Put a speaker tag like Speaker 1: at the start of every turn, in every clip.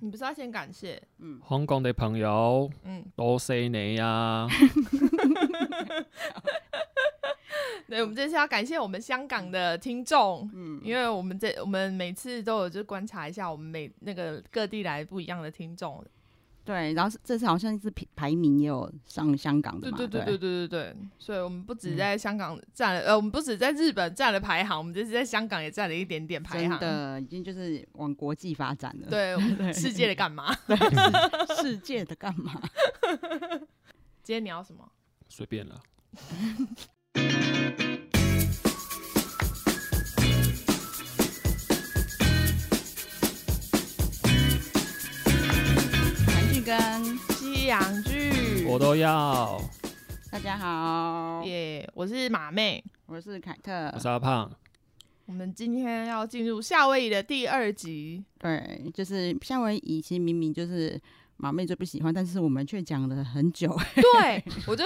Speaker 1: 你不是要先感谢？
Speaker 2: 香港的朋友，
Speaker 1: 嗯，
Speaker 2: 多谢你啊！
Speaker 1: 对，我们这次要感谢我们香港的听众，
Speaker 3: 嗯，
Speaker 1: 因为我们这我们每次都有就观察一下我们每那个各地来不一样的听众，
Speaker 3: 对，然后是这次好像是排排名也有上香港的
Speaker 1: 对
Speaker 3: 嘛，
Speaker 1: 对对对
Speaker 3: 对
Speaker 1: 对对对，所以我们不止在香港占了，呃，我们不止在日本占了排行，我们这次在香港也占了一点点排
Speaker 3: 真
Speaker 1: 行，
Speaker 3: 的已经就是往国际发展了，
Speaker 1: 对，我们世界的干 嘛？
Speaker 3: 对，世世界的干嘛？
Speaker 1: 今天你要什么？
Speaker 2: 随便了，
Speaker 3: 韩剧跟
Speaker 1: 西洋剧，
Speaker 2: 我都要。
Speaker 3: 大家好，
Speaker 1: 耶我是马妹。
Speaker 3: 我是凯特
Speaker 2: 我，是阿胖，
Speaker 1: 我们今天要进入夏威夷的第二集，
Speaker 3: 对，就是夏威夷，其实明明就是马妹最不喜欢，但是我们却讲了很久，
Speaker 1: 对我就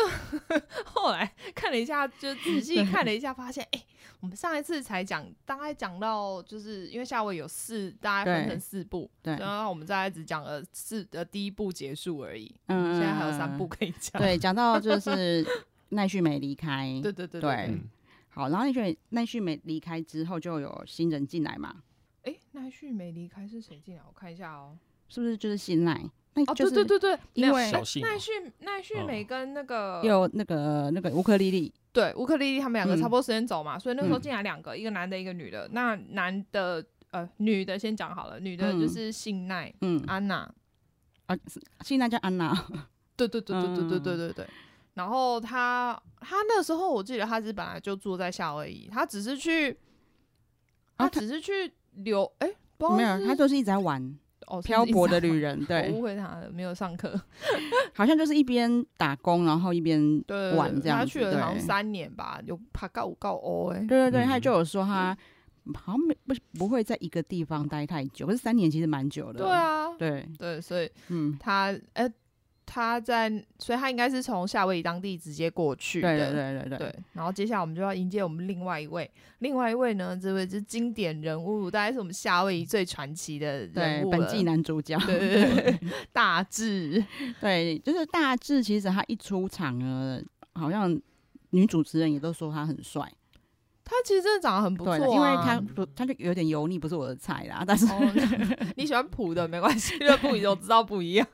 Speaker 1: 后来看了一下，就仔细看了一下，发现哎、诶我们上一次才讲，大概讲到就是因为夏威夷有四，大概分
Speaker 3: 对
Speaker 1: 成四部，
Speaker 3: 对
Speaker 1: 然后我们大概只讲了四的第一部结束而已，
Speaker 3: 嗯
Speaker 1: 现在还有三部可 以讲，
Speaker 3: 对，讲到就是奈绪美离开，
Speaker 1: 对对对
Speaker 3: 对
Speaker 1: 对，
Speaker 2: 嗯，
Speaker 3: 好，然后奈绪美奈绪美离开之后，就有新人进来嘛，
Speaker 1: 哎，奈绪没离开是谁进来？我看一下哦，
Speaker 3: 是不是就是新奈？那
Speaker 1: 哦，
Speaker 3: 嗯就
Speaker 1: 对
Speaker 3: 是
Speaker 1: 对对对，
Speaker 3: 因为
Speaker 2: 小信哦
Speaker 1: 奈绪奈
Speaker 3: 嗯
Speaker 1: 绪美跟那个
Speaker 3: 有那个那个乌克丽丽，
Speaker 1: 对，乌克丽丽他们两个
Speaker 3: 嗯
Speaker 1: 差不多时间走嘛，所以那时候
Speaker 3: 嗯
Speaker 1: 进来两个，一个男的，一个女的。那男的呃，女的先讲好了，女的就是信奈、
Speaker 3: 嗯，
Speaker 1: 安娜，
Speaker 3: 现在叫安娜，
Speaker 1: 对对对对对对
Speaker 3: 嗯
Speaker 1: 对对对。然后她她那时候我记得她是本来就住在夏威夷，她只是去，她
Speaker 3: 哦啊她
Speaker 1: 只是去留哎、不知道
Speaker 3: 没有，
Speaker 1: 是
Speaker 3: 她就是一直在玩
Speaker 1: 哦
Speaker 3: 漂泊的旅
Speaker 1: 人，
Speaker 3: 人，
Speaker 1: 我
Speaker 3: 对，
Speaker 1: 误会她了，没有上课，
Speaker 3: 好像就是一边打工，然后一边，
Speaker 1: 对对对
Speaker 3: 玩这样
Speaker 1: 她
Speaker 3: 子
Speaker 1: 去了好像
Speaker 3: 对
Speaker 1: 三年吧，有爬高五高欧哎，
Speaker 3: 对对对，
Speaker 2: 嗯
Speaker 3: 她就有说她好像没不不会在一个地方待太久，可是三年其实蛮久的，
Speaker 1: 对，啊，
Speaker 3: 对，
Speaker 1: 对，所以
Speaker 3: 嗯，
Speaker 1: 他呃他在，所以他应该是从夏威夷当地直接过去
Speaker 3: 对
Speaker 1: 的。
Speaker 3: 对对对对，
Speaker 1: 对然后接下来我们就要迎接我们另外一位，另外一位呢，这位就是经典人物，大概是我们夏威夷最传奇的人
Speaker 3: 对，
Speaker 1: 物
Speaker 3: 本
Speaker 1: 了
Speaker 3: 季男主角，
Speaker 1: 对对对， 大致
Speaker 3: 对，就是大致其实他一出场呢，好像女主持人也都说他很帅，
Speaker 1: 他其实真的长得很不错、
Speaker 3: 对
Speaker 1: 啊，
Speaker 3: 的，因为他不他就有点油腻，不是我的菜啦，但是
Speaker 1: 哦那你喜欢普的没关系，因为不一样，我知道不一样。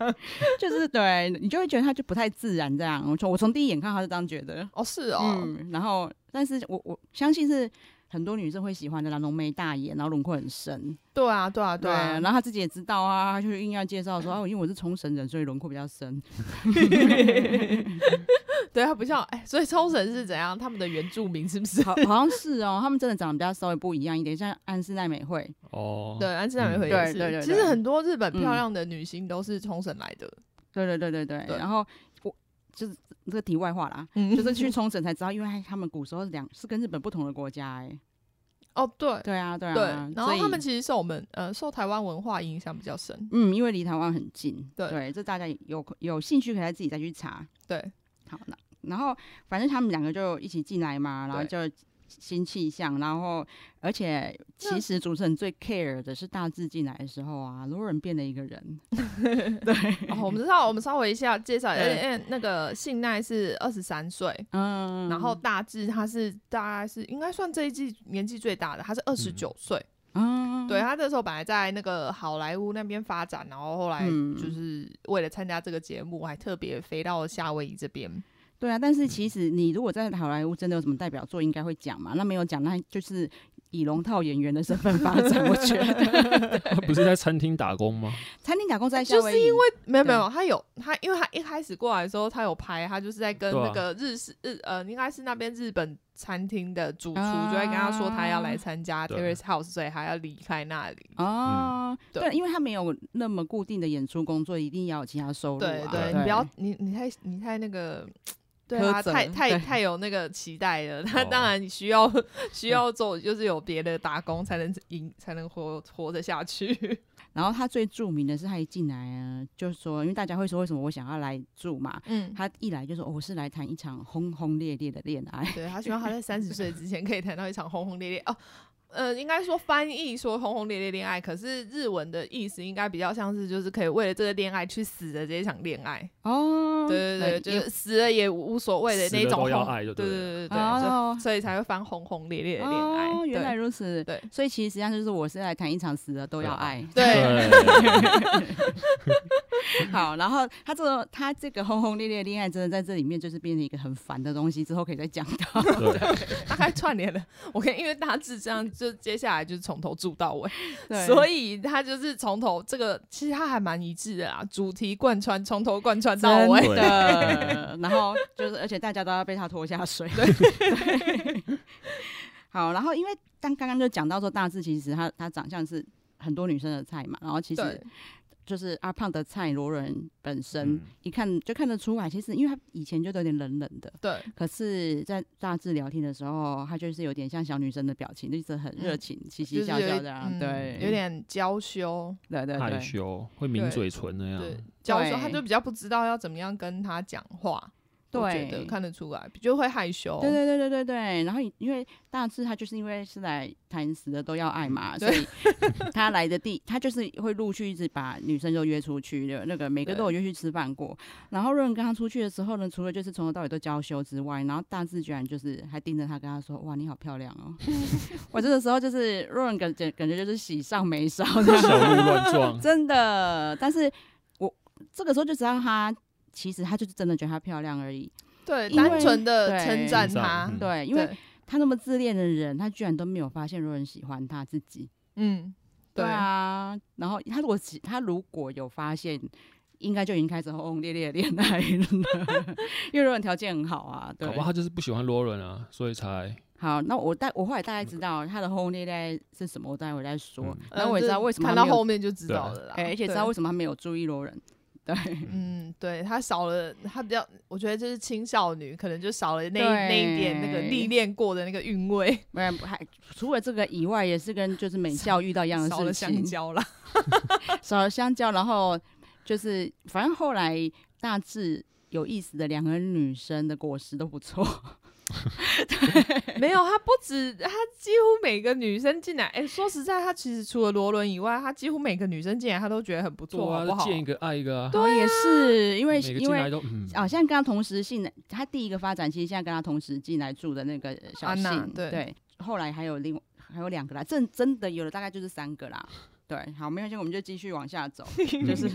Speaker 3: 就是对你就会觉得他就不太自然这样。我从我从第一眼看他就这样觉得，
Speaker 1: 哦，是哦，
Speaker 3: 嗯，然后但是我我相信是。很多女生会喜欢的啦，浓眉大眼，然后轮廓很深，
Speaker 1: 对啊，对啊，
Speaker 3: 对。
Speaker 1: 啊
Speaker 3: 然，后他自己也知道啊，他就硬要介绍说，哦，因为我是冲绳人，所以轮廓比较深。
Speaker 1: 对他不像哎、所以冲绳是怎样？他们的原住民是不是？
Speaker 3: 好，好像是哦，他们真的长得比较稍微不一样一点，像安室奈美惠，
Speaker 2: 哦，
Speaker 1: 对，安室奈美惠
Speaker 3: 嗯
Speaker 1: 也是。
Speaker 3: 对对对
Speaker 1: 其实
Speaker 3: 对
Speaker 1: 很多日本漂
Speaker 3: 嗯
Speaker 1: 亮的女星都是冲绳 来的。
Speaker 3: 对对对对对，
Speaker 1: 对
Speaker 3: 然后我就是这个题外话 啦，
Speaker 1: 嗯
Speaker 3: 就是 去冲绳才知道，因为他们古时候两是跟日本不同的国家哎、
Speaker 1: 哦，对
Speaker 3: 对啊对啊，
Speaker 1: 对，然后
Speaker 3: 所以
Speaker 1: 他们其实受我们呃受台湾文化影响比较深。
Speaker 3: 嗯，因为离台湾很近，
Speaker 1: 对
Speaker 3: 这大家有有兴趣可以自己再去查。
Speaker 1: 对，
Speaker 3: 好，那然后反正他们两个就一起进来嘛，然后
Speaker 1: 对
Speaker 3: 就新气象，然后而且其实主持人最 care 的是大致进来的时候啊，罗人变了一 个人，
Speaker 1: 然哦后我们知道，我们稍微一下介绍，因
Speaker 3: 对
Speaker 1: 为因为那个信奈是二十三岁，
Speaker 3: 嗯，
Speaker 1: 然后大致他是大概是应该算这一季年纪最大的，他是二十九岁。
Speaker 3: 嗯，
Speaker 1: 对啊他那时候本来在那个好莱坞那边发展，然后后来
Speaker 3: 嗯
Speaker 1: 就是为了参加这个节目，还特别飞到夏威夷这边。
Speaker 3: 对啊，但是其实你如果在好莱坞真的有什么代表作，应该会讲嘛。那没有讲，那就是以龙套演员的身份发展。我觉得
Speaker 2: 他 不是在餐厅打工吗？
Speaker 3: 餐厅打工在夏
Speaker 1: 就是
Speaker 3: 威夷，因为
Speaker 1: 没有没有，他有他，因为他一开始过来的时候，他有拍，他就是在跟
Speaker 2: 对啊
Speaker 1: 那个日式、日呃，应该是那边日本餐厅的主厨，就会跟他说他要来参加
Speaker 2: 对
Speaker 1: Terrace House，所以他要离开那里。嗯
Speaker 3: 哦，
Speaker 1: 对
Speaker 3: 对，因为他没有那么固定的演出工作，一定要有其他收入
Speaker 1: 对
Speaker 3: 啊。
Speaker 1: 对，你不要你你太你太那个。对啊，
Speaker 3: 苛责
Speaker 1: 太太
Speaker 3: 对
Speaker 1: 太有那个期待了。他
Speaker 2: 哦
Speaker 1: 当然需要需要做，就是有别的打工才能赢，才能活活得下去。
Speaker 3: 然后他最著名的是，他一进来啊，就说，因为大家会说为什么我想要来住嘛，
Speaker 1: 嗯，
Speaker 3: 他一来就说、哦我是来谈一场轰轰烈烈的恋爱。
Speaker 1: 对他希望他在三十岁之前可以谈到一场轰轰烈烈哦。呃，应该说翻译说轰轰烈烈恋爱，可是日文的意思应该比较像是就是可以为了这个恋爱去死的这一场恋爱，
Speaker 3: 哦，
Speaker 1: 对对对，
Speaker 3: 也
Speaker 1: 就是死了也无所谓的那
Speaker 2: 死了
Speaker 1: 种
Speaker 2: 都
Speaker 1: 轰，
Speaker 2: 要爱就
Speaker 1: 对
Speaker 2: 对了
Speaker 1: 对对对，就
Speaker 3: 哦
Speaker 1: 所以才会翻轰轰烈烈的恋爱。
Speaker 3: 哦，原来
Speaker 1: 对
Speaker 3: 如此。
Speaker 1: 对
Speaker 3: 所以其实实际上就是我是来谈一场死了都要爱。
Speaker 1: 对，啊
Speaker 3: 好，然后他这个他这个轰轰烈烈的恋爱，真的在这里面就是变成一个很烦的东西，之后可以再讲到。
Speaker 2: 对对，
Speaker 1: 大概串联了。我跟因为大致这样，就接下来就是从头住到尾，
Speaker 3: 对，
Speaker 1: 所以他就是从头这个其实他还蛮一致的啦，主题贯穿，从头贯穿到尾。
Speaker 3: 真的。 然后就是，而且大家都要被他拖下水。 对。好，然后因为但刚刚就讲到说，大志其实他他长相是很多女生的菜嘛，然后其
Speaker 1: 对
Speaker 3: 实，就是阿胖的菜，罗仁本身、
Speaker 2: 嗯
Speaker 3: 一看就看得出来，其实因为他以前就有点冷冷的，
Speaker 1: 对，
Speaker 3: 可是，在大致聊天的时候，他就是有点像小女生的表情，就一直很热情，嘻
Speaker 1: 嗯就
Speaker 3: 嘻
Speaker 1: 是
Speaker 3: 笑
Speaker 1: 有
Speaker 3: 笑
Speaker 1: 一
Speaker 3: 这样，
Speaker 1: 嗯
Speaker 3: 对，
Speaker 1: 有点娇羞，
Speaker 3: 对对
Speaker 2: 害
Speaker 3: 对
Speaker 2: 羞会抿嘴唇那样，
Speaker 1: 对，娇羞，
Speaker 3: 对
Speaker 1: 他就比较不知道要怎么样跟他讲话，我觉得
Speaker 3: 对
Speaker 1: 看得出来，就会害羞。
Speaker 3: 对对对对对对，然后因为大致他就是因为是来谈死的都要爱嘛，所
Speaker 1: 对
Speaker 3: 以他来的地，他就是会陆续一直把女生就约出去的，那个每个都有约去吃饭过。然后润跟他出去的时候呢，除了就是从头到尾都娇羞之外，然后大致居然就是还盯着他跟他说：“哇，你好漂亮哦！” 我这个时候就是润感觉感觉就是喜上眉梢的，
Speaker 2: 小鹿乱 撞，
Speaker 3: 真的。但是我这个时候就知道他其实他就是真的觉得她漂亮而已，
Speaker 1: 对，
Speaker 3: 因为
Speaker 1: 单纯的
Speaker 3: 对
Speaker 1: 称赞
Speaker 2: 称赞
Speaker 1: 他，
Speaker 2: 嗯
Speaker 3: 对，因为
Speaker 1: 对，
Speaker 3: 他那么自恋的人，他居然都没有发现有人喜欢他自己。
Speaker 1: 嗯，对，
Speaker 3: 啊，然后他如果喜他如果有发现，应该就已经开始轰轰烈烈的恋爱了， 因为人条件很好啊。对
Speaker 2: 搞，不好他就是不喜欢罗伦啊，所以才
Speaker 3: 好，那我大我后来大概知道他的轰轰烈烈是什么，我待会再说
Speaker 2: 嗯。
Speaker 3: 然后我也知道
Speaker 1: 就
Speaker 3: 为什么
Speaker 1: 看
Speaker 3: 他
Speaker 1: 到
Speaker 3: 没有
Speaker 1: 后面就知
Speaker 2: 对
Speaker 1: 道了啦，
Speaker 3: 哎、而且知道
Speaker 1: 对
Speaker 3: 为什么他没有注意罗人。对，
Speaker 1: 嗯，对，她少了，她比较，我觉得就是青少女，可能就少了那一那一点那个
Speaker 3: 对
Speaker 1: 历练过的那个韵味，
Speaker 3: 不然还除了这个以外，也是跟就是美校遇到一样的事
Speaker 1: 少
Speaker 3: 情，
Speaker 1: 了香蕉啦。
Speaker 3: 少了香蕉，然后就是反正后来大致有意思的两个女生的果实都不错，
Speaker 1: 没有，她不止，她几乎每个女生进来，哎、说实在，她其实除了罗伦以外，她几乎每个女生进来，她都觉得很不
Speaker 2: 做
Speaker 1: 错，好不好？
Speaker 2: 见一个爱一个啊，
Speaker 3: 对、哦也是因为
Speaker 2: 每
Speaker 3: 因
Speaker 2: 个进来
Speaker 3: 为
Speaker 2: 都嗯，
Speaker 3: 好像跟他同时进来，他第一个发展其实现在跟他同时进来住的那个呃小
Speaker 1: 安
Speaker 3: 信
Speaker 1: 娜，对
Speaker 3: 后来还有另还有两个啦，真真的有了大概就是三个啦，对，好，没关系，我们就继续往 下走，就是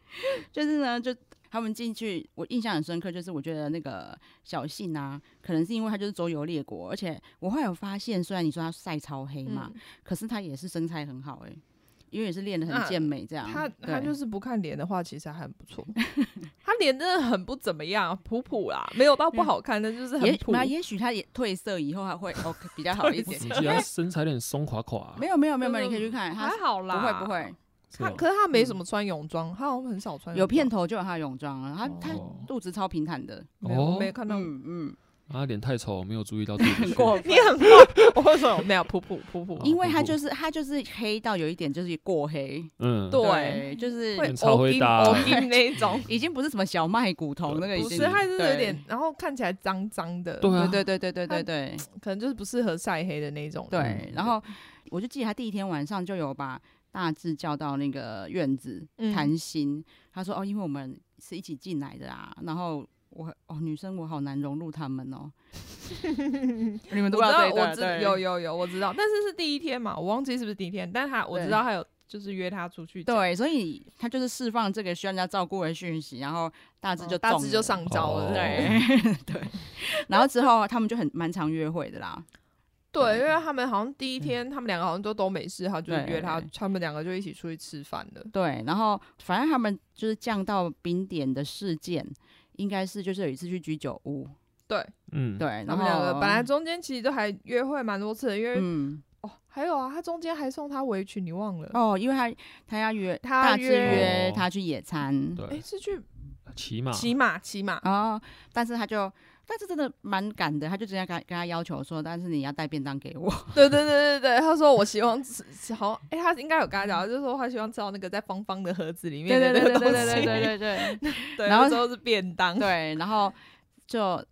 Speaker 3: 就是呢，就他们进去，我印象很深刻，就是我觉得那个小信啊，可能是因为他就是周游列国，而且我后来有发现，虽然你说他晒超黑嘛，
Speaker 1: 嗯
Speaker 3: 可是他也是身材很好哎、因为也是练得
Speaker 1: 啊
Speaker 3: 很健美这样，
Speaker 1: 她她
Speaker 3: 对
Speaker 1: 就是不看脸的话，其实还很不错。她脸真的很不怎么样，普普啦，没有到不好看，但就是很
Speaker 3: 也
Speaker 1: 普。
Speaker 3: 那也许他也褪色以后还 会 OK 比较好一点
Speaker 2: 你。记得他身材有点松垮垮啊，
Speaker 3: 没有没有没有没有，你可以去看，
Speaker 1: 还
Speaker 3: 他
Speaker 1: 啊好
Speaker 3: 不
Speaker 1: 啦，
Speaker 3: 会不。会，
Speaker 2: 是
Speaker 1: 她
Speaker 2: 哦
Speaker 1: 可是她没什么穿泳装，她好像很少穿泳装。
Speaker 3: 有片头就有他的泳装了，他他
Speaker 2: 哦
Speaker 3: 肚子超平坦的，
Speaker 1: 没有
Speaker 2: 哦
Speaker 1: 没有看到
Speaker 3: 嗯嗯，
Speaker 2: 啊，脸太丑，没有注意到自己
Speaker 3: 很 过 分
Speaker 1: 你。很坏，我为什么没有噗噗噗噗？
Speaker 3: 因为他
Speaker 2: 恐怖
Speaker 3: 就是他就是黑到有一点就是过黑，
Speaker 2: 嗯，
Speaker 1: 对
Speaker 3: 就是
Speaker 1: 会
Speaker 2: 超会打
Speaker 1: 欧金那一种，
Speaker 3: 已经不是什么小麦骨头那个已
Speaker 1: 不
Speaker 3: 经，
Speaker 1: 是，它就是有
Speaker 3: 对
Speaker 1: 点，然后看起来脏脏的，
Speaker 2: 对啊
Speaker 3: 对对对对对对对
Speaker 1: 可能就是不适合晒黑的那种。
Speaker 3: 对
Speaker 2: 嗯。
Speaker 3: 然后我就记得他第一天晚上就有把大志叫到那个院子
Speaker 1: 嗯
Speaker 3: 谈心，他说哦，因为我们是一起进来的啊，然后。我哦，女生我好难融入他们 哦。你们
Speaker 1: 我知
Speaker 3: 都不
Speaker 1: 道，
Speaker 3: 这一段
Speaker 1: 我知
Speaker 3: 对
Speaker 1: 有有有，我知道，但是是第一天嘛，我忘记是不是第一天，但他我知道他有就是约他出去讲，
Speaker 3: 对，所以他就是释放这个需要人家照顾的讯息，然后大致
Speaker 1: 嗯
Speaker 3: 就、
Speaker 1: 大致就，上招了，
Speaker 2: 哦
Speaker 1: 对
Speaker 3: 对 对，然后之后他们就很蛮常约会的啦，
Speaker 1: 对，因为他们好像第一天他们两个好像都都没事，他就
Speaker 3: 嗯对
Speaker 1: 约他，他们两个就一起出去吃饭了。
Speaker 3: 对，然后反正他们就是降到冰点的事件，应该是就是有一次去居酒屋，
Speaker 1: 对，
Speaker 2: 嗯，
Speaker 3: 对，
Speaker 1: 他们
Speaker 3: 然后
Speaker 1: 两个本来中间其实都还约会蛮多次的，因为、
Speaker 3: 嗯
Speaker 1: 哦，还有啊，他中间还送他围裙，你忘
Speaker 2: 嗯
Speaker 1: 了？
Speaker 3: 哦，因为他他要约
Speaker 1: 他
Speaker 3: 大致
Speaker 1: 约
Speaker 3: 约
Speaker 2: 哦
Speaker 3: 他去野餐，
Speaker 1: 哎、
Speaker 2: 对，
Speaker 1: 是去
Speaker 2: 骑
Speaker 3: 啊
Speaker 2: 马，
Speaker 1: 骑马，骑马，
Speaker 3: 哦，但是他就但是真的蛮赶的，他就直接跟跟他要求说，但是你要带便当 给我，
Speaker 1: 对对对对对，他说我希望吃，吃好像，哎、他应该有跟他讲，就是说他希望吃到那个在方方的盒子里面的那个东西，
Speaker 3: 对对对。
Speaker 1: 对
Speaker 3: 然后
Speaker 1: 那时候是便当，
Speaker 3: 对，然后就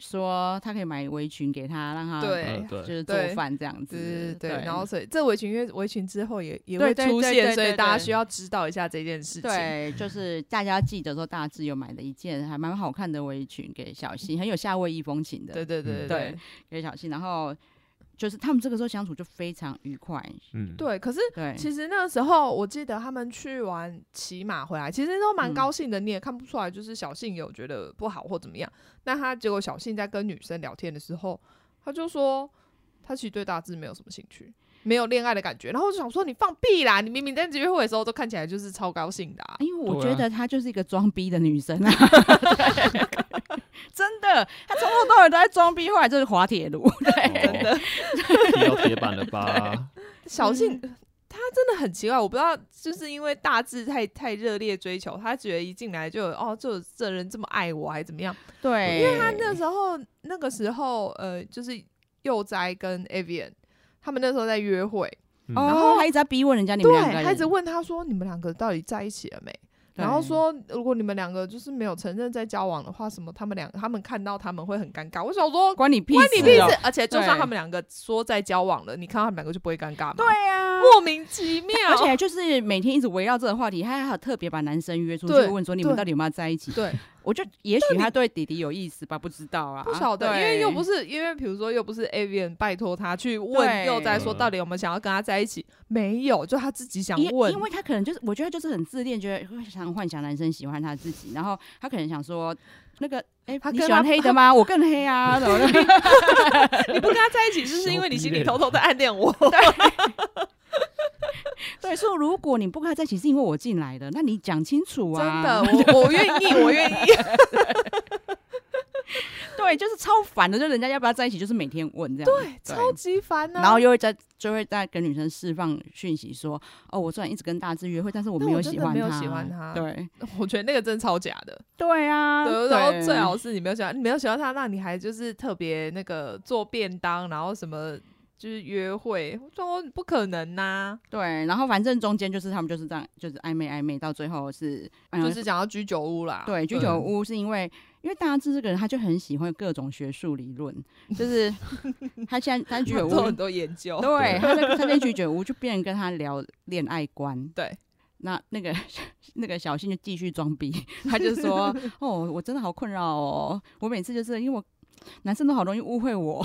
Speaker 3: 说他可以买围裙给他，让他
Speaker 1: 对
Speaker 2: 嗯
Speaker 3: 就
Speaker 2: 对，
Speaker 3: 是做
Speaker 1: 对
Speaker 3: 饭这样
Speaker 1: 对
Speaker 3: 子。
Speaker 1: 对，
Speaker 3: 对，
Speaker 1: 然后所以这围裙，因为围裙之后也也
Speaker 3: 对
Speaker 1: 会
Speaker 3: 对
Speaker 1: 出
Speaker 3: 对对
Speaker 1: 现，所以
Speaker 3: 对
Speaker 1: 大家
Speaker 3: 对
Speaker 1: 需要知道一下这件事情。
Speaker 3: 对，就是大家记得说，大致有买了一件还蛮好看的围裙给小新，很有夏威夷风情的，
Speaker 1: 对对对对
Speaker 2: 嗯
Speaker 3: 对给小新。然后就是他们这个时候相处就非常愉快，
Speaker 2: 嗯，
Speaker 1: 对，可是
Speaker 3: 对，
Speaker 1: 其实那个时候，我记得他们去玩骑马回来，其实都蛮
Speaker 3: 嗯
Speaker 1: 高兴的。你也看不出来，就是小信有觉得不好或怎么样。那他结果小信在跟女生聊天的时候，他就说他其实对大志没有什么兴趣，没有恋爱的感觉。然后我就想说你放屁啦！你明明在约会的时候都看起来就是超高兴的、啊。
Speaker 3: 因为我
Speaker 2: 对
Speaker 3: 觉
Speaker 2: 啊
Speaker 3: 得她就是一个装逼的女生啊，真的，她从头到尾都在装逼，后来就是滑铁卢，
Speaker 2: 哦，真的 踢到铁板了吧？
Speaker 1: 小信。他真的很奇怪，我不知道，就是因为大志太太热烈追求，他觉得一进来就哦，就这人这么爱我，还怎么样？
Speaker 3: 对，
Speaker 2: 因为她
Speaker 1: 那时候那个时候，呃，就是幼崽跟 Avian 他们那时候在约会，
Speaker 2: 嗯
Speaker 3: 哦，
Speaker 1: 然
Speaker 3: 然
Speaker 1: 后
Speaker 3: 后她一直在逼问人家你们两个
Speaker 1: 对，
Speaker 3: 人，
Speaker 1: 他一直问他说：“你们两个到底在一起了没？”
Speaker 3: 对
Speaker 1: 然后说：“如果你们两个就是没有承认在交往的话，什么他们两他们看到他们会很尴尬。”我想说，
Speaker 3: 关你屁事、哦，
Speaker 1: 关你屁事！而且就算
Speaker 3: 对
Speaker 1: 他们两个说在交往了，你看到他们两个就不会尴尬吗？
Speaker 3: 对，呀、
Speaker 1: 莫名其妙。
Speaker 3: 而且就是每天一直围绕这个话题，她还有特别把男生约出去
Speaker 1: 对
Speaker 3: 问说你们
Speaker 1: 对
Speaker 3: 到底有没有在一起？
Speaker 1: 对，
Speaker 3: 我就也许她对弟弟有意思吧，不知道啊，
Speaker 1: 不晓得，
Speaker 3: 对
Speaker 1: 因为又不是因为，比如说又不是 Avian 拜托他去问
Speaker 3: 对
Speaker 1: 幼崽说
Speaker 2: 嗯
Speaker 1: 到底有没有想要跟他在一起，没有，就他自己想
Speaker 3: 也
Speaker 1: 问
Speaker 3: 因。为他可能就是，我觉得他就是很自恋，觉得会想幻想男生喜欢他自己，然后他可能想说，那个，哎、
Speaker 1: 他
Speaker 3: 你
Speaker 1: 跟
Speaker 3: 喜
Speaker 1: 他
Speaker 3: 欢黑的吗？我更黑啊，怎 么的？
Speaker 1: 你不跟他在一起，就是因为你心里偷偷在暗恋 我。
Speaker 3: 对，所以如果你不跟他在一起，是因为我进来的，那你讲清楚
Speaker 1: 真
Speaker 3: 啊。
Speaker 1: 的，，我我愿 意，我愿意。
Speaker 3: 对，就是超烦的，就人家要不要在一起，就是每天问这样。对
Speaker 1: 超级烦啊！
Speaker 3: 然后又会在就会在跟女生释放讯息说，哦，我虽然一直跟大志约会，但是我
Speaker 1: 但
Speaker 3: 没
Speaker 1: 我
Speaker 3: 有
Speaker 1: 真
Speaker 3: 喜
Speaker 1: 的
Speaker 3: 欢
Speaker 1: 没有
Speaker 3: 他，
Speaker 1: 喜欢他啊
Speaker 3: 对
Speaker 1: 我觉得那个真的超假的。
Speaker 3: 对啊，
Speaker 1: 对，然后最好是你没有喜欢，你没有喜欢他，那你还就是特别那个做便当，然后什么就是约会，我说不可能啊呐、
Speaker 3: 对，然后反正中间就是他们就是这样，就是暧昧暧昧，到最后是嗯
Speaker 1: 就是讲到居酒屋啦，
Speaker 3: 对，居
Speaker 1: 嗯
Speaker 3: 酒屋是因为因为大志这个人他就很喜欢各种学术理论，就是 他现在他
Speaker 1: 居
Speaker 3: 居
Speaker 1: 酒
Speaker 3: 酒
Speaker 1: 屋做
Speaker 3: 屋
Speaker 1: 很，多研究，
Speaker 3: 对，他在他在居酒屋就变成跟他聊恋爱观。
Speaker 1: 对，
Speaker 3: 那那个那个小新就继续装逼，他 就说：“哦，我真的好困扰哦，我每次就是因为我男生都好容易误会我，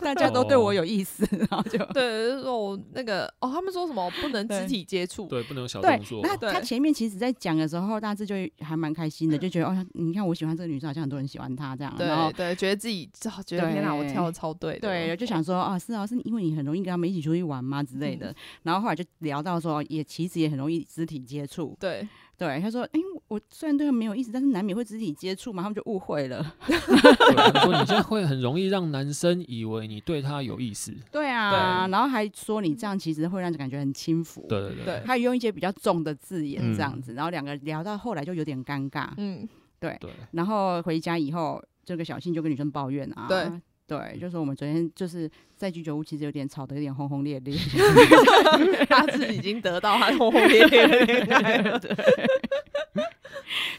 Speaker 3: 大家都对我有意思，然后就
Speaker 1: 哦对，就是说我那个哦，他们说什么不能肢
Speaker 3: 对
Speaker 1: 体接触，
Speaker 2: 对，不能有小
Speaker 3: 对
Speaker 2: 动作，
Speaker 3: 那
Speaker 1: 对
Speaker 3: 他前面其实在讲的时候，大致就还蛮开心的，就觉得哦，你看我喜欢这个女生，好像很多人喜欢她这样，然后
Speaker 1: 对对，觉得自己哦觉得
Speaker 3: 对
Speaker 1: 天哪，我跳的超对的，
Speaker 3: 对，就想说啊，是啊，是因为你很容易跟他们一起出去玩嘛之类的。 然后后来就聊到说，也其实也很容易肢体接触。
Speaker 1: 对，
Speaker 3: 对，他说，哎、我我虽然对他们没有意思，但是难免会肢体接触嘛，他们就误会了。
Speaker 2: 对他说你现在会很容易让男生以为你对他有意思，
Speaker 3: 对啊，然后还说你这样其实会让人感觉很轻浮。
Speaker 2: 对对
Speaker 1: 对
Speaker 3: 他用一些比较重的字眼这样
Speaker 2: 嗯
Speaker 3: 子，然后两个聊到后来就有点尴尬。
Speaker 1: 嗯，
Speaker 2: 对，
Speaker 3: 然后回家以后，这个小信就跟女生抱怨啊，
Speaker 1: 对
Speaker 3: 对，就说我们昨天就是在居酒屋，其实有点吵得有点轰轰烈烈，
Speaker 1: 他是已经得到他轰轰烈烈的恋爱了。他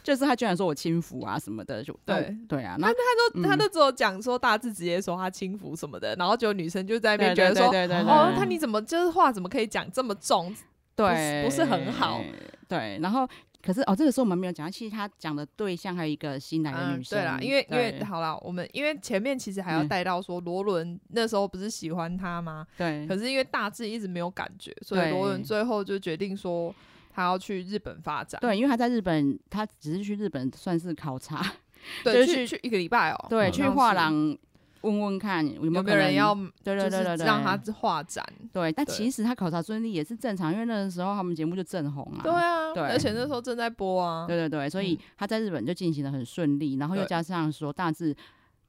Speaker 3: 就是他居然说我轻浮啊什么的，就
Speaker 1: 对
Speaker 3: 哦对啊，然后
Speaker 1: 都 他都只有讲说大致直接说他轻浮什么的，然后就女生就在那边觉
Speaker 3: 对
Speaker 1: 得说，
Speaker 3: 对对对对
Speaker 1: 哦，他你怎么就是话怎么可以讲这么重？
Speaker 3: 对
Speaker 1: 不是不是很好，
Speaker 3: 对，然后。可是哦，这个时候我们没有讲，其实他讲的对象还有一个新来的
Speaker 1: 嗯
Speaker 3: 女，生。
Speaker 1: 对啦，因为因为
Speaker 3: 对
Speaker 1: 好啦，我们因为前面其实还要
Speaker 3: 嗯
Speaker 1: 带到说罗伦那时候不是喜欢他吗？
Speaker 3: 对
Speaker 1: 可是因为大致一直没有感觉，所以
Speaker 3: 嗯对
Speaker 1: 罗伦最后就决定说他要去日本发展，
Speaker 3: 对，因为他在日本，他只是去日本算是考察，
Speaker 1: 对，
Speaker 3: 就
Speaker 1: 去
Speaker 3: 是
Speaker 1: 去一个礼拜哦，
Speaker 3: 对，
Speaker 2: 好
Speaker 3: 去
Speaker 1: 像是
Speaker 3: 画廊问问看有没
Speaker 1: 有没
Speaker 3: 有可
Speaker 1: 有人
Speaker 3: 能
Speaker 1: 要
Speaker 3: 对
Speaker 1: 就
Speaker 3: 对对
Speaker 1: 是
Speaker 3: 对对，
Speaker 1: 让他画展？
Speaker 3: 对，但
Speaker 1: 对
Speaker 3: 其实他考察顺利也是正常，因为那个时候他们节目就正红啊。
Speaker 1: 对啊，
Speaker 3: 对
Speaker 1: 而且那时候正在播啊，
Speaker 3: 对对对所以
Speaker 1: 嗯
Speaker 3: 他在日本就进行的很顺利，然后又
Speaker 1: 对嗯
Speaker 3: 加上说大致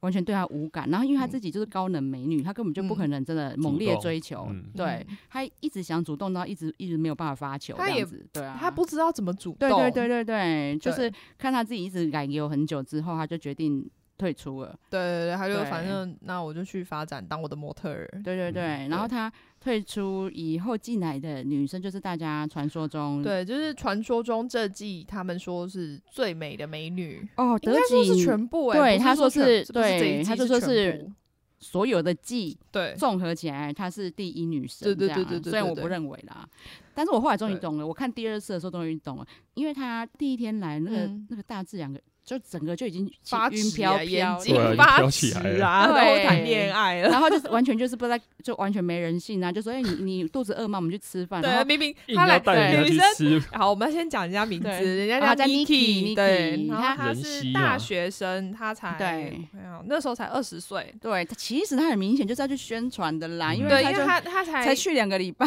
Speaker 3: 完全对他无感，然后因为他自己就是高冷美女，他根本就不可能真的猛烈追求，
Speaker 2: 嗯
Speaker 3: 对
Speaker 1: 嗯
Speaker 3: 他一直想主动，然后一直一直没有办法发球，
Speaker 1: 他
Speaker 3: 这
Speaker 1: 也
Speaker 3: 样子，对啊，
Speaker 1: 他不。知道怎么主动，
Speaker 3: 对对对对对，就是看他自己一直改油很久之后，他就决定退出了。
Speaker 1: 对对对，他就
Speaker 3: 对
Speaker 1: 反正那我就去发展当我的模特儿。
Speaker 3: 对对对，然后他退出以后进来的女生，就是大家传说中
Speaker 1: 对，就是传说中这季他们说是最美的美女，
Speaker 3: 哦，
Speaker 1: 应
Speaker 3: 德
Speaker 1: 该说是
Speaker 3: 景
Speaker 1: 全部哎、
Speaker 3: 对
Speaker 1: 不
Speaker 3: 他
Speaker 1: 说
Speaker 3: 说
Speaker 1: 全
Speaker 3: 是
Speaker 1: 不这一
Speaker 3: 对
Speaker 1: 季
Speaker 3: 他
Speaker 1: 是
Speaker 3: 就说
Speaker 1: 全
Speaker 3: 是
Speaker 1: 部
Speaker 3: 所有的季
Speaker 1: 对
Speaker 3: 综合起来，她是第一女神
Speaker 1: 对对
Speaker 3: 这样啊。
Speaker 1: 对对对
Speaker 3: 虽然
Speaker 1: 对
Speaker 3: 我不
Speaker 1: 对
Speaker 3: 认为啦，但是我后来终于
Speaker 1: 对
Speaker 3: 懂了。我看第二次的时候终于懂了，因为她第一天来那个、
Speaker 1: 嗯
Speaker 3: 那个大致两个，就整个就已经起
Speaker 1: 发
Speaker 3: 晕
Speaker 1: 直
Speaker 3: 飘
Speaker 1: 啊，眼
Speaker 3: 飘
Speaker 1: 睛
Speaker 3: 了。
Speaker 2: 对啊已经
Speaker 1: 发
Speaker 2: 飘起
Speaker 1: 直
Speaker 2: 来了
Speaker 1: 啊，然后谈
Speaker 3: 对
Speaker 1: 恋爱了。
Speaker 3: 然后就是完全就是不知道，就完全没人性啊！就说哎、你你肚子饿吗？我们去吃饭。然
Speaker 1: 对，
Speaker 3: 后
Speaker 1: 明明
Speaker 2: 硬
Speaker 1: 他来
Speaker 2: 要带人
Speaker 1: 女
Speaker 2: 家
Speaker 1: 生
Speaker 2: 去吃，
Speaker 1: 好，我们先讲人家名字，
Speaker 3: 对
Speaker 1: 人家
Speaker 3: 然后
Speaker 1: 叫
Speaker 3: 叫
Speaker 1: Niki，
Speaker 3: Niki，
Speaker 1: 对，
Speaker 3: Niki，
Speaker 1: 啊然后
Speaker 3: 她
Speaker 1: 他
Speaker 2: 人
Speaker 1: 是
Speaker 2: 妻啊
Speaker 1: 大
Speaker 2: 嘛
Speaker 1: 学生，他才
Speaker 3: 对
Speaker 1: 没有，那时候才二十岁，
Speaker 3: 对，他其实他很明显就是要去宣传的啦，
Speaker 2: 嗯
Speaker 3: 因为
Speaker 1: 对，因
Speaker 3: 他
Speaker 1: 为
Speaker 3: 就
Speaker 1: 他他才
Speaker 3: 才去两个 礼拜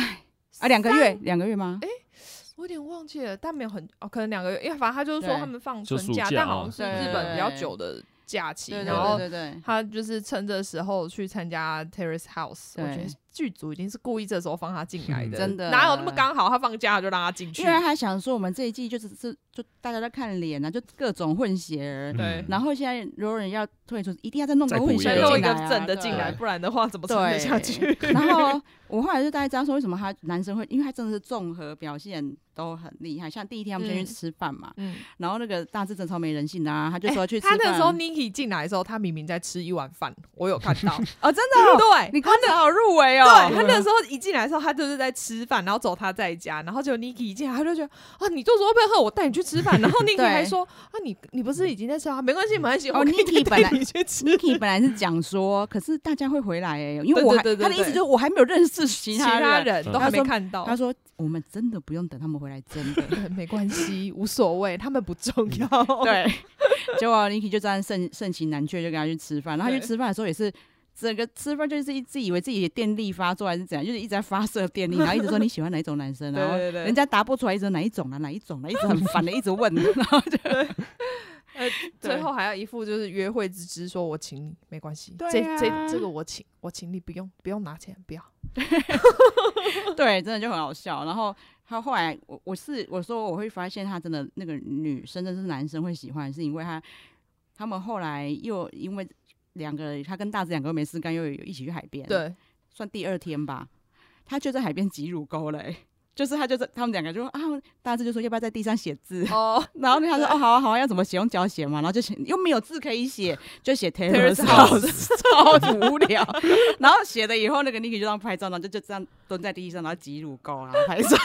Speaker 3: 啊，两个月，两个月吗？
Speaker 1: 我有点忘记了，但没有很哦，可能两个月，因为反正他就是说
Speaker 3: 对
Speaker 1: 他们放
Speaker 2: 就
Speaker 1: 春
Speaker 2: 暑
Speaker 1: 假，
Speaker 2: 假
Speaker 1: 但
Speaker 2: 啊
Speaker 1: 好像是
Speaker 3: 对
Speaker 1: 日本比较久的假期，
Speaker 3: 对对
Speaker 1: 然后
Speaker 3: 对对对，
Speaker 1: 他就是趁这时候去参加 Terrace House，我
Speaker 3: 对
Speaker 1: 觉得剧组一定是故意这时候放他进来嗯的，啊
Speaker 3: 真的
Speaker 1: 哪有那么刚好他放假就让他进去
Speaker 3: 因？为他想说我们这一季就只是就大家在看脸啊，就各种混血儿。
Speaker 1: 对
Speaker 2: 嗯
Speaker 3: 然后现在如果人要退出，一定要再弄个
Speaker 2: 再补
Speaker 3: 混
Speaker 2: 一
Speaker 3: 血
Speaker 1: 先
Speaker 3: 儿
Speaker 2: 个
Speaker 1: 弄一
Speaker 3: 进来
Speaker 1: 个
Speaker 3: 啊
Speaker 1: 正的进来，
Speaker 2: 对
Speaker 1: 不然的话怎么撑得
Speaker 3: 对
Speaker 1: 下去？
Speaker 3: 然后我后来就大概知道说，为什么他男生会，因为他真的是综合表现都很厉害。像第一天我们
Speaker 1: 嗯
Speaker 3: 先去吃饭嘛，
Speaker 1: 嗯，
Speaker 3: 然后那个大志真超没人性的啊，他就
Speaker 1: 欸
Speaker 3: 说去吃
Speaker 1: 他
Speaker 3: 饭。
Speaker 1: 那时候 Niki 进来的时候，他明明在吃一碗饭，我有看到。
Speaker 3: 哦， 真的哦，
Speaker 1: 对，
Speaker 3: 你观察好入围哦。
Speaker 1: 对他那时候一进来的时候，他就是在吃饭，然后走他在家，然后结果 Niki 一进来，他就觉得啊，你肚子饿不饿？我带你去吃饭。然后 Niki
Speaker 3: 对
Speaker 1: 还说啊，你你不是已经在吃啊？没关系，没关系，
Speaker 3: 哦
Speaker 1: 我可以
Speaker 3: Niki
Speaker 1: 带
Speaker 3: 本来
Speaker 1: 你去吃。
Speaker 3: Niki 本来是讲说，可是大家会回来哎、因为
Speaker 1: 对
Speaker 3: 我还
Speaker 1: 对对对
Speaker 3: 他的意思
Speaker 1: 对
Speaker 3: 就是我还没有认识其
Speaker 1: 其
Speaker 3: 他
Speaker 1: 他
Speaker 3: 人，
Speaker 1: 人都
Speaker 2: 嗯
Speaker 1: 还没
Speaker 3: 他说
Speaker 1: 看到
Speaker 3: 他，说我们真的不用等他们回来，真的。
Speaker 1: 对没关系，无所谓，他们不重要。
Speaker 3: 对， 结果 Niki 就这样盛盛情难却，就跟他去吃饭。然后他去
Speaker 1: 对
Speaker 3: 吃饭的时候也是。整个吃饭就是一自以为自己的电力发作还是怎样，就是一直在发射电力，然后一直说你喜欢哪一种男 生，然后
Speaker 1: 对对对
Speaker 3: 人家答不出来，一直说哪一种啊哪一种啊，一直很 烦的一直问，然后就
Speaker 1: 呃，
Speaker 3: 对
Speaker 1: 最后还要一副就是约会之姿，说我请你，没关系，
Speaker 3: 对
Speaker 1: 这
Speaker 3: 啊
Speaker 1: 这这个我请，我请你，不用不用拿钱，不要。
Speaker 3: 对，真的就很好笑。然后他后来，我我是我说我会发现他真的那个女生，真的是男生会喜欢，是因为他他们后来又因为两个他跟大志两个都没事干，又有一起去海边，，
Speaker 1: 对，
Speaker 3: 算第二天吧，他就在海边挤乳沟了、欸就是他就在他们两个就说啊，大志就说要不要在地上写字，
Speaker 1: 哦，
Speaker 3: 然后呢他说哦好啊好啊，要怎么写用脚写嘛，然后就写又没有字可以写，就写 Terrace
Speaker 1: Terrace
Speaker 3: House，超 无聊。然后写了以后，那个 Niki 就让拍照，然后就就这样蹲在地上，然后挤乳沟啊拍照，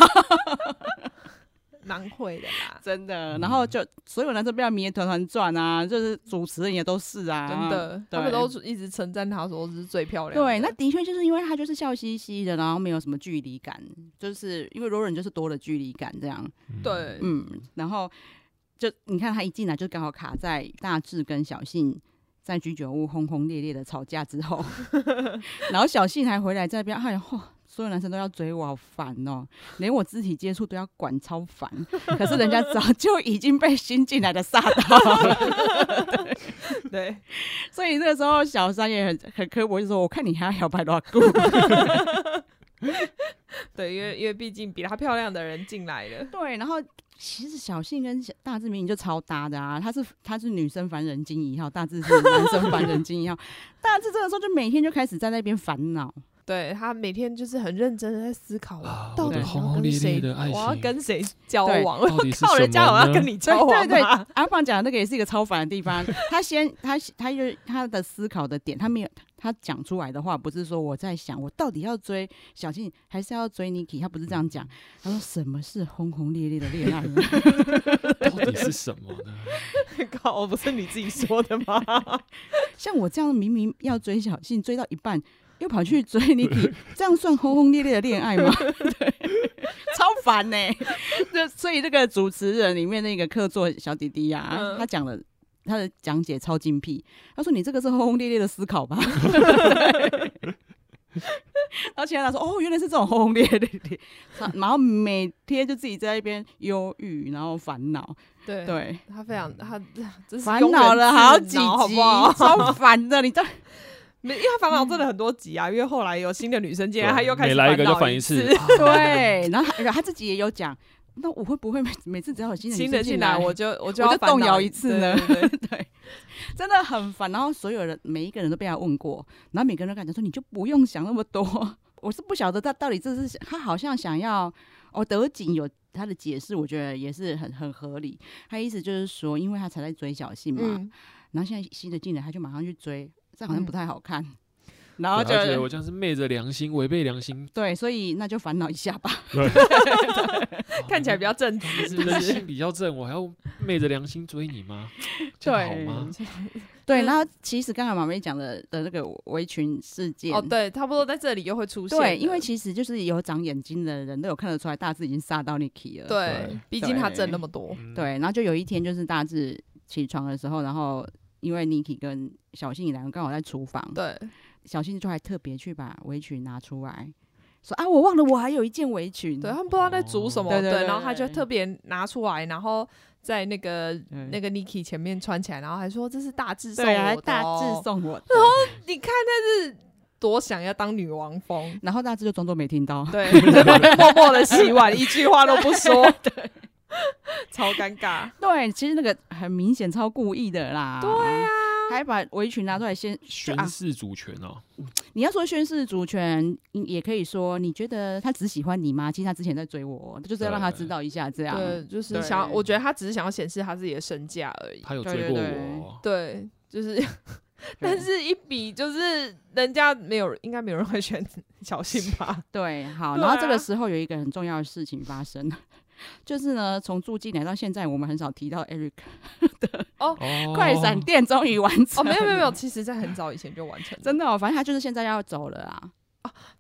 Speaker 1: 蛮会的啦。
Speaker 3: 真的。然后就所有男生被他迷得团团转啊，就是主持人也都是啊，
Speaker 1: 真的，他
Speaker 3: 对
Speaker 1: 们都一直称赞她说是最漂亮的。
Speaker 3: 对，那的确就是因为他就是笑嘻嘻的，然后没有什么距离感，就是因为罗忍就是多了距离感这样，
Speaker 1: 对，
Speaker 3: 嗯，然后就你看他一进来就刚好卡在大志跟小信在居酒屋轰轰烈烈的吵架之后，然后小信还回来在那边，哎呦，嚯所有男生都要追我，好烦哦，连我肢体接触都要管，超烦。可是人家早就已经被新进来的吓到了，
Speaker 1: 对，
Speaker 3: 所以那个时候小三也很很刻薄，就说我看你还要摇摆多少股。
Speaker 1: 对，因为因为毕竟比她漂亮的人进来了，
Speaker 3: 对，然后其实小信跟小大志明明就超搭的啊，她是她是女生烦人精一号，大志是男生烦人精一号。 大志这个时候就每天就开始在那边烦恼，
Speaker 1: 对她每天就是很认真的在思考，
Speaker 2: 啊
Speaker 1: 到
Speaker 2: 我
Speaker 1: 底
Speaker 2: 的
Speaker 1: 我
Speaker 2: 轰
Speaker 1: 要
Speaker 2: 轰
Speaker 1: 跟
Speaker 2: 烈
Speaker 1: 谁，
Speaker 2: 烈的爱
Speaker 1: 我要
Speaker 2: 情
Speaker 1: 跟谁交
Speaker 3: 对
Speaker 1: 往，我
Speaker 2: 到底是
Speaker 1: 靠
Speaker 2: 什
Speaker 1: 人家我
Speaker 2: 么
Speaker 1: 要
Speaker 2: 呢
Speaker 1: 跟你交往
Speaker 3: 哎对对
Speaker 1: 吗
Speaker 3: 阿胖讲的那个也是一个超烦的地方。他先他他就他的思考的点，他没有他讲出来的话，不是说我在想我到底要追小信还是要追 Niki，他不是这样讲。他说什么是轰轰烈烈的恋爱呢？
Speaker 2: 到 底是什么呢？
Speaker 1: 靠，不是你自己说的吗？
Speaker 3: 像我这样明明要追小信，追到一半又跑去追 Niki，这样算轰轰烈烈的恋爱吗？ 对，超烦呢、 那所以这个主持人里面那个客座小弟弟呀、
Speaker 1: 嗯
Speaker 3: 他讲的他的讲解超精辟，他说你这个是轰轰烈烈的思考 吧。 然后其他人说：“哦，原来是这种轰轰烈烈的，然后每天就自己在那边忧郁，然后烦恼，
Speaker 1: 对。
Speaker 3: 对，
Speaker 1: 她非常，她真是
Speaker 3: 烦
Speaker 1: 庸人
Speaker 3: 恼了
Speaker 1: 自
Speaker 3: 好
Speaker 1: 扰
Speaker 3: 几集，
Speaker 1: 好不好？
Speaker 3: 超烦的。你到
Speaker 1: 没，因为她烦恼真的很多集啊。因为后来有新的女生进来，
Speaker 2: 对
Speaker 1: 她又开始
Speaker 2: 每来一个就
Speaker 1: 烦恼
Speaker 2: 烦一次
Speaker 1: 次，
Speaker 3: 对，然后他然后他自己也有讲，那我会不会每每次只要有新的
Speaker 1: 新
Speaker 3: 女
Speaker 1: 的
Speaker 3: 生进
Speaker 1: 进来我
Speaker 3: 我
Speaker 1: 就我就
Speaker 3: 我
Speaker 1: 要
Speaker 3: 就
Speaker 1: 烦
Speaker 3: 动
Speaker 1: 恼
Speaker 3: 摇一次呢
Speaker 1: 对对对
Speaker 3: 对，真的很烦。然后所有人每一个人都被他问过，然后每个人都跟他讲说，你就不用想那么多。 我是不晓得他到底这是他好像想要哦，德景有他的解释，我觉得也是很很合理。他意思就是说，因为他才在追小信嘛，
Speaker 1: 嗯，
Speaker 3: 然后现在新的进来，他就马上去追，这好像
Speaker 1: 嗯
Speaker 3: 不太好看。然后就
Speaker 2: 而且我这样是昧着良心，违背良心，
Speaker 3: 对，所以那就烦恼一下吧。
Speaker 1: 看起来比较
Speaker 3: 嗯
Speaker 1: 正直，
Speaker 2: 啊是人性比较正，我还要昧着良心追你吗？这样好吗？
Speaker 3: 对，
Speaker 1: 嗯
Speaker 3: 然后其实刚才马妹讲的的那个围裙事件，
Speaker 1: 哦，对，差不多在这里又会出现了。
Speaker 3: 对，因为其实就是有长眼睛的人都有看得出来，大致已经杀到 Niki 了。
Speaker 1: 对，毕竟他挣那么多，
Speaker 2: 嗯，
Speaker 3: 对，然后就有一天就是大致起床的时候，然后因为 Niki 跟小信两个刚好在厨房，
Speaker 1: 对，
Speaker 3: 小信就还特别去把围裙拿出来，说啊，我忘了我还有一件围裙。
Speaker 1: 对他们不知道在煮什么，
Speaker 3: 哦对对对
Speaker 1: 然后他就
Speaker 3: 对
Speaker 1: 特别拿出来，然后在那个
Speaker 3: 嗯
Speaker 1: 那个 Niki 前面穿起来，然后还说这是大致送
Speaker 3: 对啊，
Speaker 1: 我
Speaker 3: 还
Speaker 1: 的、
Speaker 3: 大致，送我的，
Speaker 1: 你看他是多想要当女王 风，
Speaker 3: 然后大致就装作没 听到。
Speaker 1: 对，默默的洗碗，一句话都不说，对， 超尴尬，
Speaker 3: 对，其实那个很明显超故意的啦。对啊。还把围裙拿出来先就
Speaker 2: 宣
Speaker 3: 啊！
Speaker 2: 誓主权哦，
Speaker 3: 你要说宣誓主权，你也可以说你觉得他只喜欢你吗？其实他之前在追我，就是要让他知道一下这样。
Speaker 1: 对，就是
Speaker 3: 对
Speaker 1: 想，我觉得他只是想要显示他自己的身价而已，
Speaker 2: 他有
Speaker 3: 对
Speaker 2: 追
Speaker 3: 对
Speaker 2: 过
Speaker 3: 对
Speaker 2: 我哦，
Speaker 1: 对，就是。 但是，一比就是人家没有，应该没有人会选 小信吧？
Speaker 3: 对，好，
Speaker 1: 对
Speaker 3: 然后这
Speaker 1: 啊
Speaker 3: 个时候有一个很重要的事情发生， 就是呢，从住进来到现在，我们很少提到 Eric，、
Speaker 2: 哦
Speaker 3: 快闪店终于完
Speaker 1: 哦，
Speaker 3: 成，
Speaker 1: 没有没有没有，其实在很早以前就完成了，
Speaker 3: 真的、哦，反正他就是现在要走了啊。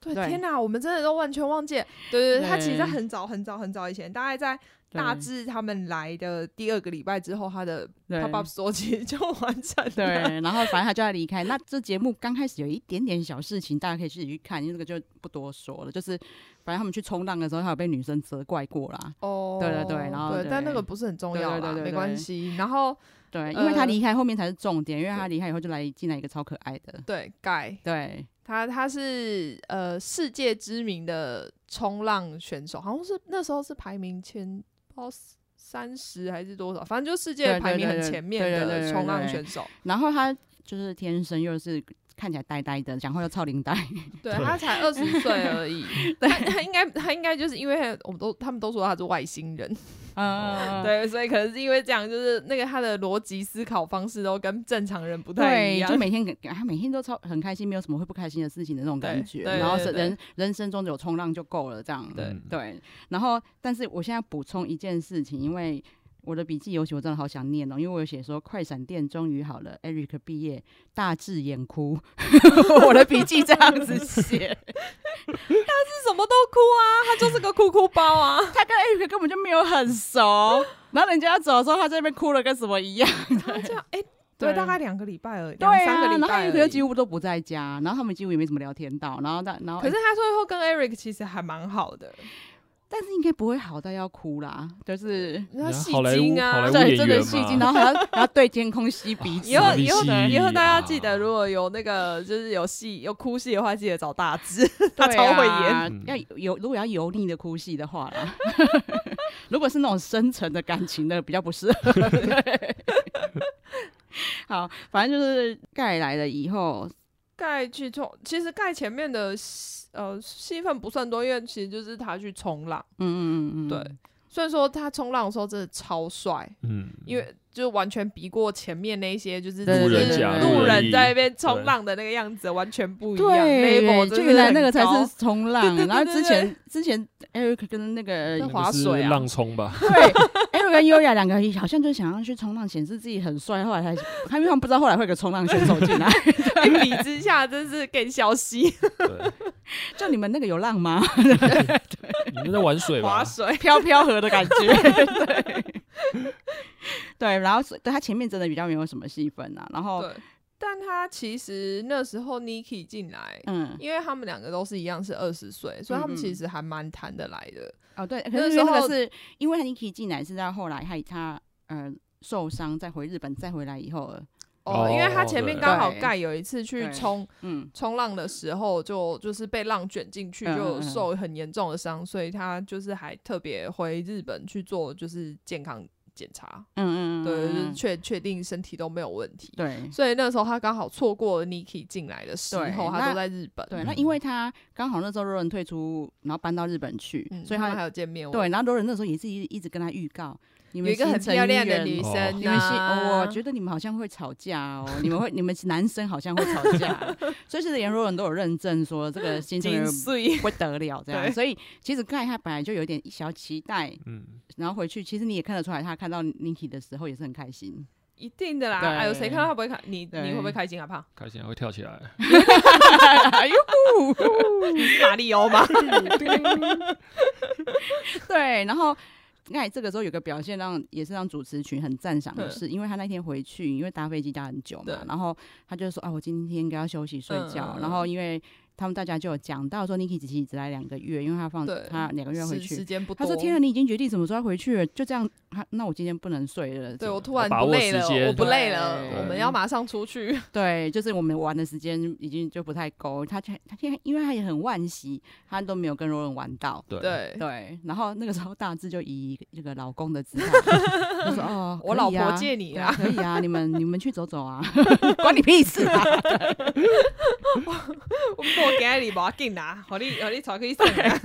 Speaker 1: 对，
Speaker 3: 对
Speaker 1: 天哪，我们真的都完全忘记了。对对对，他其实在
Speaker 3: 对
Speaker 1: 很早很早很早以前，大概在大
Speaker 3: 致
Speaker 1: 致他们来的第二个礼拜之后，他的 pop up
Speaker 3: 对
Speaker 1: store 其实就完成了。
Speaker 3: 对， 然后反正他就要离开。那这节目刚开始有一点点小事情，大家可以自己去看，因为这个就不多说了。就是反正他们去冲浪的时候，他有被女生责怪过啦。
Speaker 1: 哦，
Speaker 3: 对对对然后
Speaker 1: 对，
Speaker 3: 对
Speaker 1: 但那个不是很重要
Speaker 3: 对对
Speaker 1: 啦，
Speaker 3: 对对
Speaker 1: 没
Speaker 3: 对
Speaker 1: 关系。然后
Speaker 3: 对，因为他
Speaker 1: 呃
Speaker 3: 离开后面才是重点，因为他
Speaker 1: 对
Speaker 3: 离开以后就来进来一个超可爱的，
Speaker 1: 对盖
Speaker 3: 对
Speaker 1: 他他是呃世界知名的冲浪选手，好像是那时候是排名前不知道三十还是多少，反正就世界
Speaker 3: 对对
Speaker 1: 排名
Speaker 3: 对
Speaker 1: 很
Speaker 3: 对
Speaker 1: 前面
Speaker 3: 对对对
Speaker 1: 的
Speaker 3: 对
Speaker 1: 冲浪
Speaker 3: 对
Speaker 1: 选手。
Speaker 3: 然后他就是天生又是看起来呆呆的，讲话又超 龄呆。
Speaker 1: 对
Speaker 2: 对
Speaker 1: 他才二十岁而已，他他应该他应该就是因为我们都他们都说他是外星人，
Speaker 3: 嗯，
Speaker 1: 对，所以可能是因为这样，就是那个他的逻辑思考方式都跟正常人不太一
Speaker 3: 对，
Speaker 1: 样
Speaker 3: 就。每天给他每天都超很开心，没有什么会不开心的事情的那种感
Speaker 1: 对
Speaker 3: 觉。
Speaker 1: 对
Speaker 3: 然后
Speaker 1: 对
Speaker 3: 是
Speaker 1: 对
Speaker 3: 人人生中有冲浪就够了，这样。
Speaker 1: 对
Speaker 2: 嗯
Speaker 3: 对。然后，但是我现在补充一件事情，因为我的笔记有写，我真的好想念哦，因为我有写说快闪店终于好了，Eric 毕业，大智眼哭。 我的笔记这样子写，
Speaker 1: 是什么都哭啊，他就是个哭哭包 啊，
Speaker 3: 他跟 Eric 根本就没有很熟， 然后人家要走的时候，他在那边哭了跟什么一样。
Speaker 1: 他这样哎、对，
Speaker 3: 对
Speaker 1: 大概两个礼拜而已，
Speaker 3: 对
Speaker 1: 两
Speaker 3: 啊，
Speaker 1: 三个礼
Speaker 3: 然后
Speaker 1: 拜
Speaker 3: Eric
Speaker 1: 而
Speaker 3: 又
Speaker 1: 已
Speaker 3: 几。乎都不在家，然后他们几乎也没怎么聊天到，然后但然后
Speaker 1: 可是他最后跟 Eric 其实还蛮好的，
Speaker 3: 但是应该不会好到要哭啦，就是
Speaker 1: 他
Speaker 2: 人家
Speaker 1: 戏
Speaker 2: 好莱坞
Speaker 1: 精啊
Speaker 2: 好莱坞，
Speaker 3: 对，
Speaker 2: 演
Speaker 3: 真的
Speaker 2: 员
Speaker 3: 戏
Speaker 2: 嘛
Speaker 3: 精，然后还要还要对天空吸鼻子
Speaker 1: 以，后
Speaker 2: 死必
Speaker 1: 以后
Speaker 2: 吸
Speaker 1: 以后大家
Speaker 2: 啊
Speaker 1: 记得，如果有那个就是有戏有哭戏的话，记得找大 志， 他
Speaker 3: 对
Speaker 1: 超会演。
Speaker 3: 啊要油，如果要油腻的哭戏的话啦， 如果是那种深沉的感情的，比较不适 合。对好，反正就是盖来了以后，
Speaker 1: 盖去冲，其实盖前面的戏呃戏份不算多，因为其实就是他去冲浪。
Speaker 3: 嗯嗯嗯嗯，
Speaker 1: 对，虽然说他冲浪的时候真的超帅，
Speaker 2: 嗯，
Speaker 1: 因为就完全比过前面那一些就是
Speaker 3: 对
Speaker 1: 只
Speaker 3: 路
Speaker 1: 是
Speaker 3: 人甲
Speaker 1: 路
Speaker 3: 路人
Speaker 1: 人
Speaker 2: 乙
Speaker 1: 在那边冲浪的那个样子完全不一样。
Speaker 3: 对，
Speaker 1: level
Speaker 3: 就
Speaker 1: 真的
Speaker 3: 原来
Speaker 1: 很
Speaker 3: 那个才
Speaker 1: 高
Speaker 3: 是冲浪，
Speaker 1: 对对对
Speaker 3: 然后
Speaker 1: 对
Speaker 3: 之
Speaker 1: 对
Speaker 3: 前之前 Eric 跟那个
Speaker 1: 那
Speaker 2: 那
Speaker 1: 会
Speaker 2: 个
Speaker 1: 划
Speaker 2: 是
Speaker 1: 水啊
Speaker 2: 浪 冲吧，
Speaker 3: 对 Eric 跟优雅两个好像就想要去冲浪，显示自己很帅，后来才他们不知道后来会有个冲浪选手进 来，
Speaker 1: 一比之下，真是更消息
Speaker 2: 对，
Speaker 3: 就你们那个有浪 吗？
Speaker 2: 你们在玩水吧
Speaker 1: 划？水。
Speaker 3: 飘飘河的感觉，对。 对，然后是对他前面真的比较没有什么戏份啊，然后
Speaker 1: 对，但他其实那时候 Niki 进来。
Speaker 3: 嗯
Speaker 1: 因为他们两个都是一样是二十岁，所以他们
Speaker 3: 嗯嗯
Speaker 1: 其实还蛮谈得来的。
Speaker 3: 哦对，可
Speaker 1: 那
Speaker 3: 是因
Speaker 1: 时
Speaker 3: 为那
Speaker 1: 候
Speaker 3: 个是因为 Niki 进来是在后来他他呃受伤再回日本再回来以后了，
Speaker 1: 哦，
Speaker 2: 哦
Speaker 1: 因为他前面刚好
Speaker 3: 对
Speaker 1: 盖有一次去
Speaker 3: 对
Speaker 1: 冲
Speaker 3: 嗯
Speaker 1: 冲浪的时候就，就是被浪卷进去，
Speaker 3: 嗯
Speaker 1: 就
Speaker 3: 嗯嗯
Speaker 1: 受很严重的伤，所以他就是还特别回日本去做就是健康检查，
Speaker 3: 嗯嗯嗯，
Speaker 1: 对，就是
Speaker 3: 嗯
Speaker 1: 确确定身体都没有问题。
Speaker 3: 对
Speaker 1: 所以那时候他刚好错过了 Niki 进来的时候，
Speaker 3: 对
Speaker 1: 他
Speaker 3: 那
Speaker 1: 都在日本，
Speaker 3: 对。那因为他刚好那时候罗伦退出，然后搬到日本去，
Speaker 1: 嗯
Speaker 3: 所以
Speaker 1: 他们还
Speaker 3: 他
Speaker 1: 有见面，
Speaker 3: 对，，然后罗伦那时候也是一一直跟他预告，你
Speaker 1: 有
Speaker 3: 们
Speaker 1: 一个
Speaker 3: 新
Speaker 1: 很
Speaker 3: 成
Speaker 1: 漂亮的
Speaker 3: 员
Speaker 1: 女
Speaker 2: 哦
Speaker 1: 生啊
Speaker 3: 你们是、
Speaker 1: 呐
Speaker 3: 我 觉得你们好像会吵架哦，你们会你们男生好像会吵 架，所以其实连罗伦都有认证说这个新成员
Speaker 1: 金穗，
Speaker 3: 不得了这样，
Speaker 1: 对
Speaker 3: 所以其实盖他本来就有点小期待，
Speaker 2: 嗯，
Speaker 3: 然后回去其实你也看得出来，他看到 Niki 的时候也是很 开心，
Speaker 1: 一定的啦。
Speaker 3: 对
Speaker 1: 哎呦，谁看到他不会开？你
Speaker 3: 对
Speaker 1: 你会不会开心啊？胖，
Speaker 2: 开心还会跳起来，
Speaker 3: 哎呦，
Speaker 1: 你是马里奥吗？
Speaker 3: 对，然后。盖这个时候有个表现让也是让主持群很赞赏的
Speaker 1: 嗯
Speaker 3: 是，因为他那天回去，因为搭飞机搭很久
Speaker 1: 对
Speaker 3: 嘛，然后他就说啊，我今天应该要休息睡觉
Speaker 1: 嗯。嗯
Speaker 3: 然后因为他们大家就有讲到说，Niki 只是只来两个月，因为他放
Speaker 1: 对
Speaker 3: 他两个月回
Speaker 1: 时
Speaker 3: 去
Speaker 1: 时，间不
Speaker 3: 他
Speaker 1: 多。
Speaker 3: 说：“天啊，你已经决定什么时候要回去了，就这样，他那我今天不能睡了。”
Speaker 1: 对我突然
Speaker 2: 把
Speaker 1: 不
Speaker 2: 握
Speaker 1: 累
Speaker 2: 时
Speaker 1: 了，
Speaker 2: 间
Speaker 1: 我不累了，
Speaker 3: 对
Speaker 1: 我们要马上出去。
Speaker 3: 对，就是我们玩的时间已经就不太够，他他他现在因为他也很惋惜，他都没有跟柔柔玩到。
Speaker 2: 对，
Speaker 1: 对，
Speaker 3: 对，然后那个时候大志就以这个老公的姿 态，就说：“哦，
Speaker 1: 我
Speaker 3: 可
Speaker 1: 老
Speaker 3: 以
Speaker 1: 婆
Speaker 3: 啊
Speaker 1: 借你
Speaker 3: 对
Speaker 1: 啊
Speaker 3: 啊，，可以啊，你们你们去走走啊， 关你屁事啊！
Speaker 1: 我我给你把劲啊，好你好你炒可以上啊。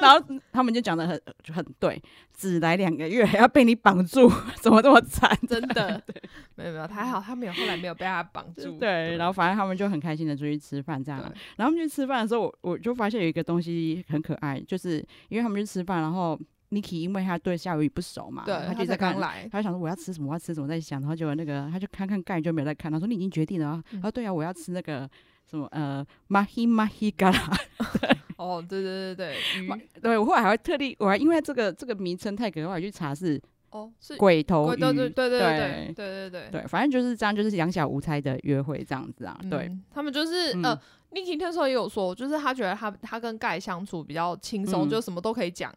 Speaker 3: 然后他们就讲的很很对，只来两个月还要被你绑住，怎么这么惨？
Speaker 1: 真的， 没有没有，他还好，他没有，后来没有被他绑住。
Speaker 3: 对，然后反正他们就很开心的出去吃饭这样啊
Speaker 1: 对。
Speaker 3: 然后他们去吃饭的时候，我我就发现有一个东西很可爱，就是因为他们去吃饭，然后 Niki 因为他对夏威夷不熟嘛，
Speaker 1: 对，
Speaker 3: 他就
Speaker 1: 才
Speaker 3: 在
Speaker 1: 刚
Speaker 3: 看。
Speaker 1: 来，
Speaker 3: 他就想说我要吃什么，我要吃什么，在想，然后结果那个他就看看盖就没有在看，他说你已经决定了啊，
Speaker 1: 嗯
Speaker 3: 他说对啊，我要吃那个什么呃，mahi mahi gala，
Speaker 1: 哦，对对对对，鱼
Speaker 3: 对我后来还会特地，我还因为这个这个名称太可爱，我还去查是
Speaker 1: 哦是
Speaker 3: 鬼头
Speaker 1: 对
Speaker 3: 鱼，
Speaker 1: 对对对对对对
Speaker 3: 对
Speaker 1: 对对
Speaker 3: 对，反正就是这样，就是两小无猜的约会这样子啊，对，
Speaker 1: 嗯他们就是
Speaker 3: 嗯
Speaker 1: 呃，Niki 那时候也有说，就是他觉得他他跟盖相处比较轻松，
Speaker 3: 嗯
Speaker 1: 就什么都可以讲。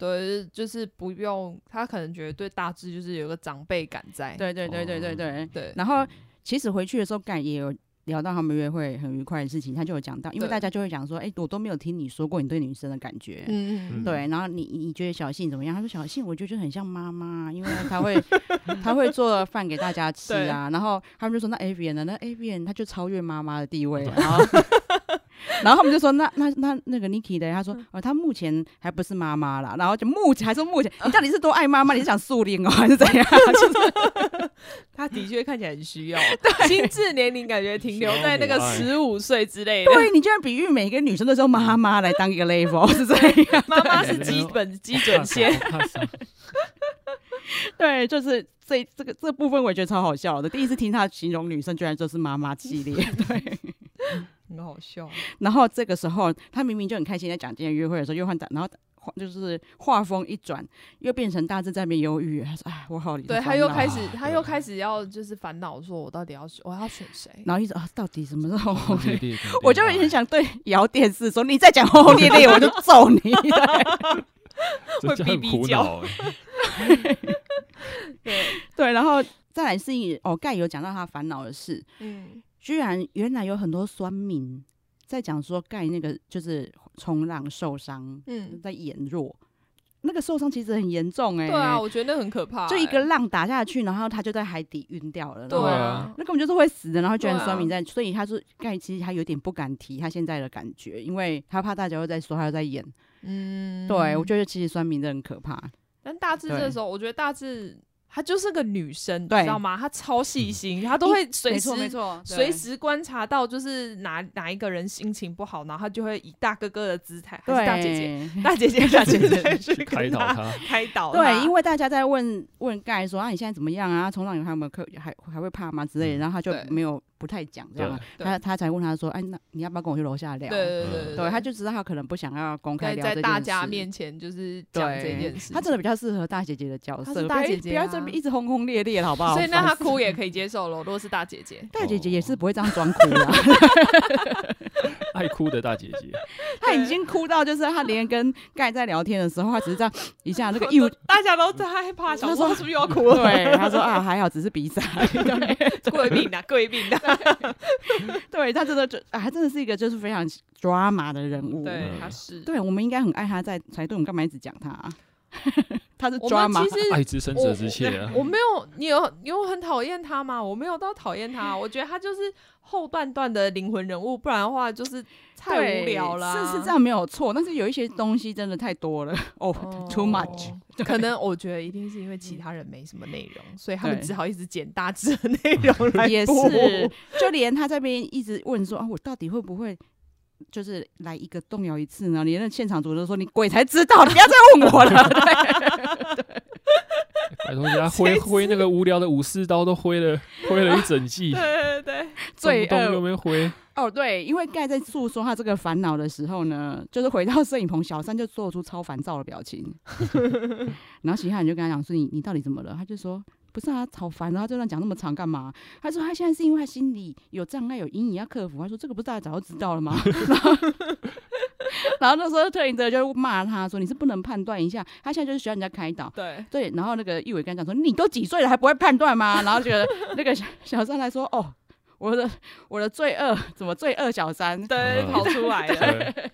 Speaker 1: 对，就是不用他可能觉得对大致就是有个长辈感在。
Speaker 3: 对对对对对
Speaker 2: 哦
Speaker 3: 对，
Speaker 1: 对，
Speaker 3: 然后其实回去的时候，盖也有聊到他们约会很愉快的事情，他就有讲到，因为
Speaker 1: 对
Speaker 3: 大家就会讲说，哎、我都没有听你说过你对女生的感觉。
Speaker 1: 嗯嗯嗯
Speaker 3: 对，然后你你觉得小信怎么样？他说小信，我觉得就很像妈妈，因为她会她会做饭给大 家吃啊。然后他们就说那 Avian 呢？那 Avian 他就超越妈妈的地位了。 然后然后他们就说那那那那个 Niki 的，他说哦，他目前还不是妈妈啦。然后就目前还说目前，你到底是多爱妈妈？你是想树林哦，还是怎样？就是
Speaker 1: 他的确看起来很需要，心智年龄感觉停留在那个
Speaker 2: 需
Speaker 1: 十五岁之类的。
Speaker 3: 对你居然比喻每个女生都是用妈妈来当一个 level，是这样？
Speaker 1: 妈妈是基本基准线，
Speaker 2: 怕啥，怕啥
Speaker 3: 对，就是这这个这部分我也觉得超好笑的。第一次听她形容女生，居然就是妈妈系 列。对，
Speaker 1: 很好笑。
Speaker 3: 然后这个时候她明明就很开心在讲今天约会的时候，又换打，然后。画就是画风一转，又变成大致在那边忧郁。她说：“哎，我好理。”
Speaker 1: 对，他又开始
Speaker 2: 啊，
Speaker 1: 他又开始要就是烦恼，说我到底要我要选谁？
Speaker 3: 然后一直啊，到底什么时候
Speaker 2: 我
Speaker 3: 轰
Speaker 2: 弟
Speaker 3: 烈？
Speaker 2: 弟肯定
Speaker 3: 我就很
Speaker 2: 爱
Speaker 3: 想对 摇电视说：“你再讲轰轰烈烈，我就揍你。
Speaker 1: 会
Speaker 2: 这
Speaker 1: 哔
Speaker 2: 很
Speaker 1: 哔
Speaker 2: 苦
Speaker 1: 叫
Speaker 2: 恼欸
Speaker 1: 对，”
Speaker 3: 对，然后再来是哦，盖有讲到他烦恼的事，
Speaker 1: 嗯，
Speaker 3: 居然原来有很多酸民在讲说盖那个就是冲浪受伤，
Speaker 1: 嗯
Speaker 3: 在演弱，那个受伤其实很严重哎、
Speaker 1: 对啊，，我觉得那很可怕欸。
Speaker 3: 就一个浪打下去，然后他就在海底晕掉了，
Speaker 1: 对
Speaker 3: 然后
Speaker 1: 啊，
Speaker 3: 那根本就是会死的，然后居然
Speaker 1: 对啊
Speaker 3: 酸民在，所以他说盖其实他有点不敢提他现在的感觉，因为他怕大家又在说他又在演。
Speaker 1: 嗯，
Speaker 3: 对我觉得其实酸民真的很可怕，
Speaker 1: 但大致
Speaker 3: 对
Speaker 1: 这时候，我觉得大致她就是个女生，你
Speaker 3: 对
Speaker 1: 知道吗？她超细心，她都会随时
Speaker 3: 错
Speaker 1: 随时观察到，就是哪哪一个人心情不好，然后她就会以大哥哥的姿态，还
Speaker 3: 对
Speaker 1: 是大姐姐，大姐姐，大姐姐去
Speaker 2: 去开导
Speaker 1: 跟她
Speaker 2: 他，
Speaker 1: 开导她，
Speaker 3: 对，因为大家在问问盖说啊，你现在怎么样啊？冲浪有还有没有课，还还会怕吗之类的，
Speaker 2: 嗯
Speaker 3: 然后他就
Speaker 1: 对
Speaker 3: 没有不太讲这样啊，
Speaker 1: 对
Speaker 3: 他他才问他说，哎，那你要不要跟我去楼下
Speaker 1: 对
Speaker 3: 聊？
Speaker 1: 对对对，
Speaker 3: 对，他就知道他可能不想要公
Speaker 1: 在
Speaker 3: 开聊
Speaker 1: 在
Speaker 3: 这件
Speaker 1: 大家
Speaker 3: 事
Speaker 1: 面前就是
Speaker 3: 对
Speaker 1: 讲这件事，
Speaker 3: 他真的比较适合大姐姐的角
Speaker 1: 她
Speaker 3: 色，
Speaker 1: 是
Speaker 3: 不
Speaker 1: 大
Speaker 3: 要一
Speaker 1: 姐姐
Speaker 3: 不要
Speaker 1: 啊
Speaker 3: 这么一直轰轰烈烈了，好不哦好？
Speaker 1: 所以那她
Speaker 3: 烦死
Speaker 1: 哭也可以接受咯，如果是大姐姐，
Speaker 3: 大姐姐也是不会这样装哭 的啊，
Speaker 2: 爱哭的大姐姐，
Speaker 3: 她已经哭到就是她连跟盖在聊天的时候，她只是这样一下 这个又
Speaker 1: 大家都在害怕，想说
Speaker 3: 她说
Speaker 1: 她是不是又要哭了？
Speaker 3: 对 她说啊还好只是鼻 塞，对
Speaker 1: 贵病的，贵病啊的，
Speaker 3: 对，她真的就啊她真的是一个就是非常 drama 的人物，
Speaker 1: 对，
Speaker 2: 嗯
Speaker 1: 她是。
Speaker 3: 对，我们应该很爱他在才对，我们干嘛一直讲他、啊？ 他是
Speaker 1: 我
Speaker 3: 抓吗
Speaker 1: 们？其实
Speaker 2: 爱之深责之切啊。
Speaker 1: 嗯我没有，你有你有很讨厌他吗？我没有到讨厌他，我觉得他就是后半段的灵魂人物，不然的话就是太
Speaker 3: 对
Speaker 1: 无聊了、
Speaker 3: 是是这，啊样没有错，但是有一些东西真的太多了哦、
Speaker 1: 哦
Speaker 3: t o o much。
Speaker 1: 可能我觉得一定是因为其他人没什么内容，所以他们
Speaker 3: 对
Speaker 1: 只好一直剪大致的内容 来
Speaker 3: 也
Speaker 1: 播
Speaker 3: 是，就连他这边一直问说啊，我到底会不会就是来一个动摇一次呢？连那现场主持人说你鬼才知道，你不要再问我了。
Speaker 2: 拜托，人家挥挥那个无聊的武士刀都挥了，挥了一整季，
Speaker 1: 对对对，
Speaker 3: 罪
Speaker 2: 动不动就
Speaker 3: 恶
Speaker 2: 没挥。
Speaker 3: 哦，对，因为盖在诉说他这个烦恼的时候呢，就是回到摄影棚，小三就做出超烦躁的表情， 然后其他人就跟他讲说你你到底怎么了？他就说。不是啊，好烦啊！他这段讲那么长干嘛？他说他现在是因为他心里有障碍、有阴影要克服。他说这个不是大家早就知道了吗？ 然后，然后那时候特林哲就骂他说你是不能判断一下，他现在就是需要人家开导。
Speaker 1: 对，
Speaker 3: 对，然后那个玉伟跟他讲说：“你都几岁了还不会判断吗？”然后觉得 那个小小三来说：“哦，我的我的罪恶怎么罪恶小三？
Speaker 1: 对，
Speaker 2: 嗯
Speaker 1: 跑出来了。
Speaker 2: 对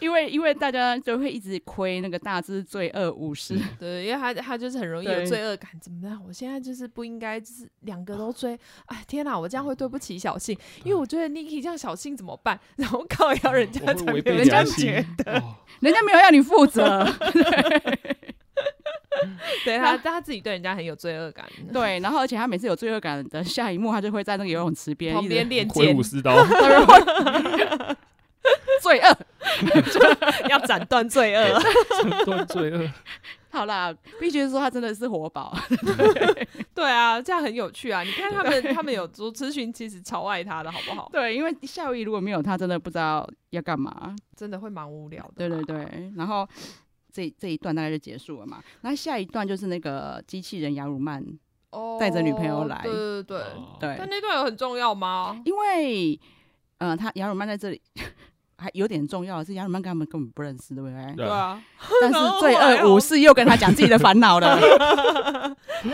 Speaker 3: 因为因为大家就会一直亏那个大致罪恶武士，
Speaker 1: 对，因为他他就是很容易有
Speaker 3: 对
Speaker 1: 罪恶感，怎么样？我现在就是不应该，就是两个
Speaker 3: 啊
Speaker 1: 都追。哎，天哪，我这样会对不起小幸，因为我觉得 Niki 这样小幸怎么办？ 然后靠
Speaker 3: 嗯
Speaker 1: 要 人家
Speaker 2: 我
Speaker 1: 才没
Speaker 2: 会违
Speaker 1: 有
Speaker 2: 背
Speaker 1: 人家
Speaker 2: 良心
Speaker 1: 觉，
Speaker 2: 哦
Speaker 3: 人家没有要你 负责。
Speaker 1: 对他他自己对人家很有罪恶感，
Speaker 3: 对，然后而且他每次有罪恶感的下一幕，他就会在那个游泳池边
Speaker 1: 旁
Speaker 3: 一直
Speaker 1: 边练
Speaker 2: 挥
Speaker 1: 剑
Speaker 2: 武士刀，
Speaker 3: 罪恶。
Speaker 1: 要斩断 罪恶。
Speaker 2: 断罪恶。
Speaker 3: 好啦，必须说他真的是活宝，
Speaker 1: 对啊，这样很有趣啊！你看他们他 们有主咨询，其实超爱他的好不好？
Speaker 3: 对，因为夏威夷如果没有他，真的不知道要干嘛。
Speaker 1: 真的会蛮无聊的。
Speaker 3: 对对，对，然后这这一段大概就结束了嘛。那下一段就是那个机器人雅鲁曼，
Speaker 1: 哦，
Speaker 3: 带着女朋友来哦
Speaker 1: 对对对。
Speaker 2: 对，
Speaker 1: 但
Speaker 3: 对，
Speaker 1: 那段有很重要吗？
Speaker 3: 因为呃，他雅鲁曼在这里还有点重要的是，雅鲁曼跟他们根本不认识，对不对？
Speaker 1: 对啊，
Speaker 3: 但
Speaker 1: 然后
Speaker 3: 是罪
Speaker 1: 还
Speaker 3: 恶
Speaker 1: 有
Speaker 3: 武士又跟他讲自己的烦恼了，
Speaker 1: 没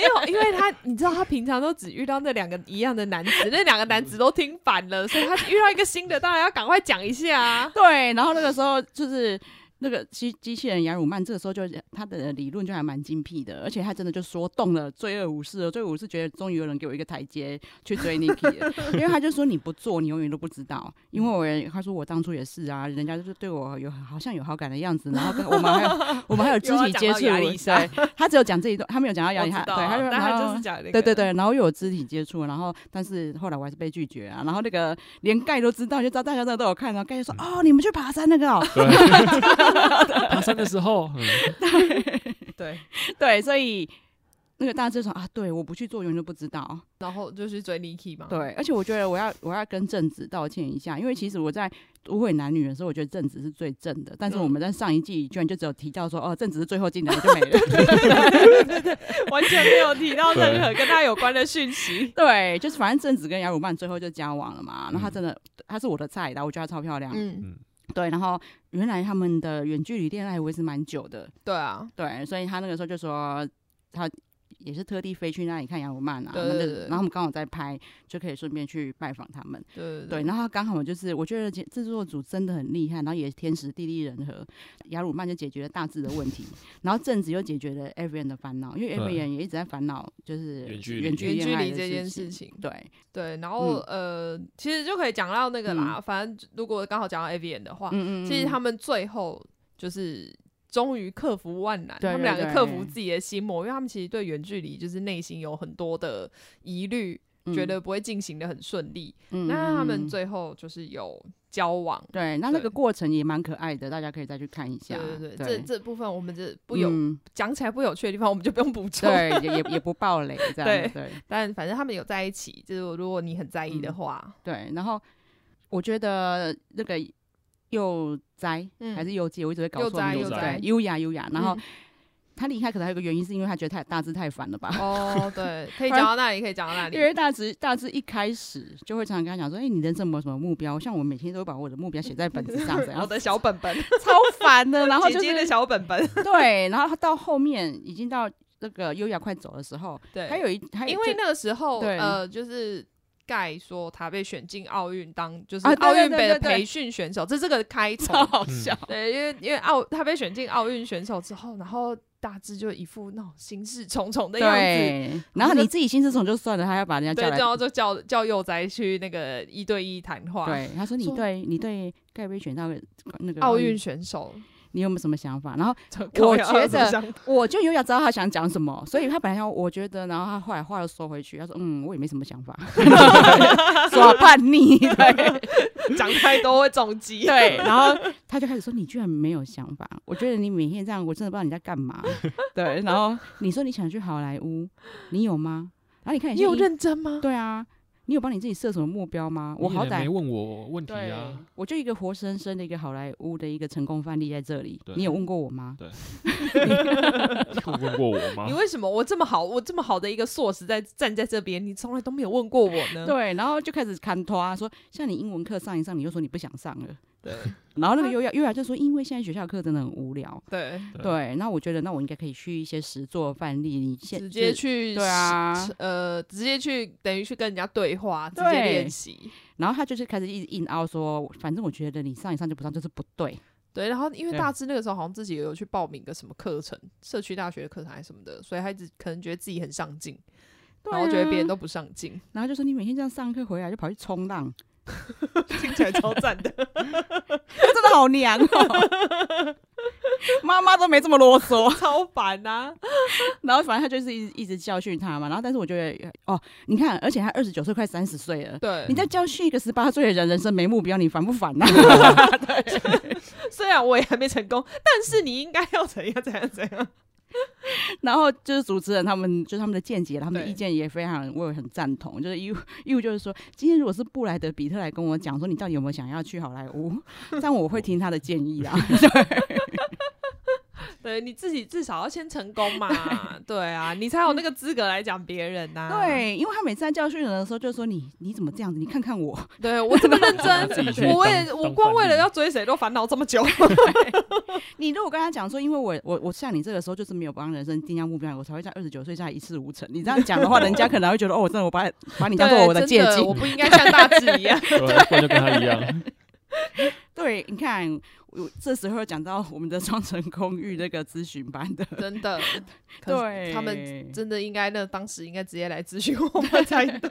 Speaker 1: 有，因为他你知道，他平常都只遇到那两个一样的男子，那两个男子都听烦了，所以他遇到一个新的，当然要赶快讲一下 啊。
Speaker 3: 对。然后那个时候就是。那个机机器人雅鲁曼这个时候就他的理论就还蛮精辟的，而且他真的就说动了罪恶武士哦了。罪恶武士觉得终于有人给我一个台阶去追 Niki，了 因为他就说你不做，你永远都不知道。因为我也他说我当初也是啊，人家就是对我有好像有好感的样子，然后跟我们还有我们还有肢
Speaker 1: 又要
Speaker 3: 体
Speaker 1: 讲
Speaker 3: 接
Speaker 1: 到
Speaker 3: 触，
Speaker 1: 亚历山
Speaker 3: 对，他只有讲这一段，他没有讲到压
Speaker 1: 我
Speaker 3: 力，他
Speaker 1: 知道
Speaker 3: 对，他
Speaker 1: 啊，
Speaker 3: 就
Speaker 1: 但他
Speaker 3: 然
Speaker 1: 就
Speaker 3: 后
Speaker 1: 是讲那个，
Speaker 3: 对对对，然后又有肢体接触，然后但是后来我还是被拒绝啊。然后那个连盖都知道，就知道大家都有看，然后盖就说：“哦，你们去爬山那个哦。
Speaker 2: 对，爬山的时候，嗯
Speaker 1: 对，”
Speaker 3: 对，所以那个大家就说：“啊，对，我不去做，永远都不知道。
Speaker 1: 然后就是追 Niki 嘛”。，
Speaker 3: 对，而且我觉得我要我要跟正子道歉一下，因为其实我在《无悔男女》的时候，我觉得正子是最正的，但是我们在上一季居然就只有提到说：“哦，正子是最后进来的就没了。”
Speaker 1: 完全没有提到任何跟他有关的讯 息。
Speaker 3: 对，就是反正正子跟雅鲁曼最后就交往了嘛。然后她真的，她是我的菜，然后我觉得她超漂亮。
Speaker 1: 嗯，
Speaker 3: 对，然后原来他们的远距离恋爱维持蛮久的，
Speaker 1: 对啊，
Speaker 3: 对，所以他那个时候就说他也是特地飞去那里看雅鲁曼啊，
Speaker 1: 对
Speaker 3: 然后
Speaker 1: 对
Speaker 3: 就
Speaker 1: 对
Speaker 3: 然后我们刚好在拍，就可以顺便去拜访他们。
Speaker 1: 对
Speaker 3: 对，然后刚好就是我觉得制制作组真的很厉害，然后也天时地利人和，雅鲁曼就解决了大致的问题，然后正子又解决了 Avian 的烦恼，因为
Speaker 2: 对
Speaker 3: Avian 也一直在烦恼就是
Speaker 2: 远距离
Speaker 3: 远距
Speaker 1: 远距
Speaker 3: 恋爱
Speaker 1: 离
Speaker 3: 的
Speaker 1: 这件
Speaker 3: 事
Speaker 1: 事
Speaker 3: 情。
Speaker 1: 情，
Speaker 3: 对，
Speaker 1: 对，然后、
Speaker 3: 嗯
Speaker 1: 呃，其实就可以讲到那个啦。反正如果刚好讲到 Avian 的话，
Speaker 3: 嗯嗯，
Speaker 1: 其实
Speaker 3: 嗯
Speaker 1: 他们最后就是终于克服万难，
Speaker 3: 对
Speaker 1: 他们
Speaker 3: 对
Speaker 1: 两个
Speaker 3: 对
Speaker 1: 克服自己的心魔，因为他们其实对远距离就是内心有很多的疑虑，觉得不会进行的很顺利。
Speaker 3: 嗯
Speaker 1: 那他
Speaker 3: 嗯嗯
Speaker 1: 们
Speaker 3: 嗯
Speaker 1: 最后就是有交往。
Speaker 3: 对，那那
Speaker 1: 对
Speaker 3: 个过程也蛮可爱的，大家可以再去看一下。
Speaker 1: 对对对，
Speaker 3: 对，
Speaker 1: 这这部分我们这不有
Speaker 3: 嗯
Speaker 1: 讲、起来不有趣的地方，我们就不用补充。
Speaker 3: 对，也也也不爆雷这样，
Speaker 1: 对
Speaker 3: 对
Speaker 1: 但反正他们有在一起，就是如果你很在意的
Speaker 3: 嗯
Speaker 1: 话，
Speaker 3: 对。然后我觉得那个幼崽
Speaker 1: 嗯
Speaker 3: 还是幼介，我一直会搞
Speaker 1: 幼
Speaker 3: 错名
Speaker 1: 崽
Speaker 3: 字。
Speaker 2: 幼崽
Speaker 3: 对，优雅优雅。然后
Speaker 1: 嗯
Speaker 3: 他离开可能还有一个原因，是因为他觉得太大致太烦了吧。
Speaker 1: 哦，对，可以讲到那里，可以讲到那里
Speaker 3: 因。为大致大致一开始就会常常跟他讲说，哎、你人生有没有什么目标？像我每天都会把我的目标写在本子 上，怎样
Speaker 1: 我的小本本，
Speaker 3: 超烦的。然后就
Speaker 1: 姐姐的
Speaker 3: 是
Speaker 1: 小本本，
Speaker 3: 对，然后他到后面已经到那个优雅快走的时候，
Speaker 1: 对，
Speaker 3: 还有一还
Speaker 1: 哎
Speaker 3: 有
Speaker 1: 因为
Speaker 3: 就
Speaker 1: 那个时候，
Speaker 3: 对
Speaker 1: 呃，就是盖说他被选进奥运当就是
Speaker 3: 啊对对
Speaker 1: 奥运杯
Speaker 3: 对
Speaker 1: 的
Speaker 3: 对对
Speaker 1: 培训选手，这是个开 头。
Speaker 3: 超好笑。
Speaker 1: 对，因为因为奥他被选进奥运选手之后，然后大致就一副那种心事重重的样子。
Speaker 3: 对，然后你自己心思重就算了，还要把人家
Speaker 1: 对，
Speaker 3: 叫来
Speaker 1: 然。后就叫叫幼崽去那个一对一谈话。，
Speaker 3: 对，他说你
Speaker 1: 说
Speaker 3: 对你对盖瑞选到那个
Speaker 1: 奥运，选 手，
Speaker 3: 你有没有什么想法？然后
Speaker 1: 我
Speaker 3: 觉得我就有点知道他想讲什么，所以他本来要我觉得，然后他后来话又收回去，他说嗯，我也没什么 想法， 耍叛逆，对
Speaker 1: 讲太多会中计。
Speaker 3: 对，然后他就开始说你居然没有想法，我觉得你每天这样，我真的不知道你在干嘛， 对，然后你说你想去好莱坞，你有吗？然后你看
Speaker 1: 你
Speaker 3: 现
Speaker 1: 有
Speaker 3: 在一
Speaker 1: 认真吗？
Speaker 3: 对啊，你有帮你自己设什么目标吗？我
Speaker 2: 你
Speaker 3: 好
Speaker 2: 也
Speaker 3: 歹
Speaker 2: 没问我问题
Speaker 3: 对
Speaker 2: 啊，，
Speaker 3: 我就一个活生生的一个好莱坞的一个成功范例在这里。
Speaker 2: 对
Speaker 3: 你有问过我吗？
Speaker 2: 你有问过我吗
Speaker 1: 你？为什么我这么好，我这么好的一个硕士在站在这边，你从来都没有问过我
Speaker 2: 嗯
Speaker 1: 呢？
Speaker 3: 对，然后就开始砍拖啊，说像你英文课上一上，你就说你不想上了。
Speaker 1: 对
Speaker 3: 然后
Speaker 1: 啊
Speaker 3: 那个优雅优雅就说，因为现在学校课真的很无聊。
Speaker 1: 对，
Speaker 2: 对
Speaker 3: 对，那我觉得那我应该可以去一些实作范例，你现
Speaker 1: 直接
Speaker 3: 就
Speaker 1: 去
Speaker 3: 对啊。
Speaker 1: 呃，直接去等于去跟人家对话，直接
Speaker 3: 对
Speaker 1: 练习。
Speaker 3: 然后他就是开始一直硬凹说，反正我觉得你上一上就不上就是不对。
Speaker 1: 对，然后因为
Speaker 2: 对
Speaker 1: 大志那个时候好像自己有去报名个什么课程，社区大学的课程还是什么的，所以他一直可能觉得自己很上进，然后觉得别人
Speaker 3: 都，
Speaker 1: 都不上进，
Speaker 3: 啊然后就说你每天这样上课回来就跑去冲浪，
Speaker 1: 听起来超赞的。
Speaker 3: 真的好娘哦。妈妈都没这么啰嗦。
Speaker 1: 超烦啊！
Speaker 3: 然后反正他就是一直一直教训他嘛，然后但是我觉得哦，你看，而且他二十九岁快三十岁了，
Speaker 1: 对
Speaker 3: 你，在教训一个十八岁的人，人生没目标，你烦 不烦呐、啊
Speaker 1: 虽然我也还没成功，但是你应该要怎样怎样怎样。
Speaker 3: 然后就是主持人他们就是他们的见解，他们的
Speaker 1: 对
Speaker 3: 意见也非常我也很赞同，就是 U U 就是说，今天如果是布莱德比特来跟我讲说你到底有没有想要去好莱坞，这样我会听他的建议 啊。
Speaker 1: 对，你自己至少要先成功嘛，对啊，你才有那个资格来讲别人呐、，
Speaker 3: 对，因为他每次在教训人的时候就说你你怎么这样子，你看看我，
Speaker 1: 对我这么认
Speaker 2: 自己去
Speaker 1: 真，我为
Speaker 2: 当
Speaker 1: 我
Speaker 2: 当
Speaker 1: 光
Speaker 2: 范
Speaker 1: 为了
Speaker 2: 例
Speaker 1: 要追谁都烦恼这么久。
Speaker 3: 你如果跟他讲说，因为我我我像你这个时候就是没有帮人生定下目标，我才会在二十九岁下一事无成。你这样讲的话，人家可能会觉得哦，我真的我把把你当做我
Speaker 1: 对
Speaker 3: 借
Speaker 1: 真的
Speaker 3: 鉴。
Speaker 1: 我不应该像大志一 样。
Speaker 2: 对，不然就跟他一样，
Speaker 3: 对，你看，我这时候讲到我们的双层公寓那个咨询班的，
Speaker 1: 真的，可是
Speaker 3: 对，
Speaker 1: 他们真的应该那当时应该直接来咨询我们才 对。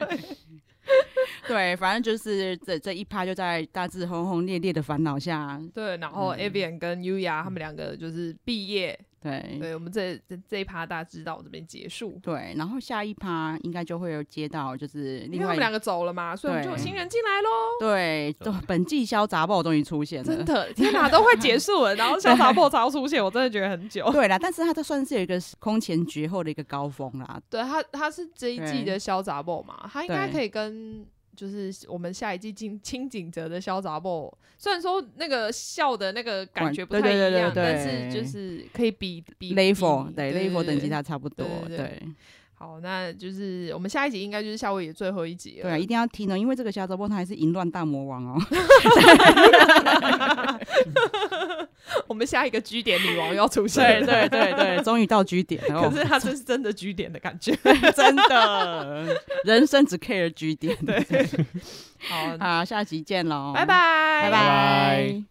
Speaker 3: 对，反正就是这这一趴就在大致轰轰烈烈的烦恼下，
Speaker 1: 对，然后
Speaker 3: 嗯嗯
Speaker 1: Avian 跟 Uya 他们两个就是毕业，
Speaker 3: 对
Speaker 1: 对我们这这这一趴大家知道这边结束，
Speaker 3: 对，然后下一趴应该就会有接到就是
Speaker 1: 因为
Speaker 3: 另
Speaker 1: 他
Speaker 3: 外
Speaker 1: 们
Speaker 3: 一
Speaker 1: 两个哦走了嘛，所以我们就有
Speaker 3: 对
Speaker 1: 新人进来喽。
Speaker 3: 对，就本季销杂报终于出现了
Speaker 1: 真。的，天哪，都快结束了，然后潇洒破潮出现，我真的觉得很久。
Speaker 3: 对啦，但是它这算是有一个空前绝后的一个高峰啦。
Speaker 1: 对他，他是这一季
Speaker 3: 对
Speaker 1: 的潇洒破嘛，他应该
Speaker 3: 对
Speaker 1: 可以跟就是我们下一季进清景泽的潇洒破，虽然说那个笑的那个感
Speaker 3: 管
Speaker 1: 觉不
Speaker 3: 对
Speaker 1: 太
Speaker 3: 对
Speaker 1: 一
Speaker 3: 对
Speaker 1: 样，
Speaker 3: 对
Speaker 1: 但
Speaker 3: 对
Speaker 1: 是就是可以比比
Speaker 3: level
Speaker 1: 比
Speaker 3: 对
Speaker 1: 对
Speaker 3: level 等级。
Speaker 1: 对
Speaker 3: 它差不多，
Speaker 1: 对对对
Speaker 3: 对
Speaker 1: 好，那就是我们下一集应该就是夏威夷最后一集
Speaker 3: 对啊，
Speaker 1: 了
Speaker 3: 一。 定要听哦，因为这个下周波它还是淫乱大魔 王哦。
Speaker 1: 我们下一个据点女王又要出现了，
Speaker 3: 对对对，终于到据点了
Speaker 1: 可
Speaker 3: 哦，
Speaker 1: 是她这是真的据点的感 觉。
Speaker 3: 真的， 人生只 care 据点。
Speaker 1: 好，
Speaker 3: 好，下集见喽，
Speaker 1: 拜拜，拜
Speaker 3: 拜
Speaker 2: 拜。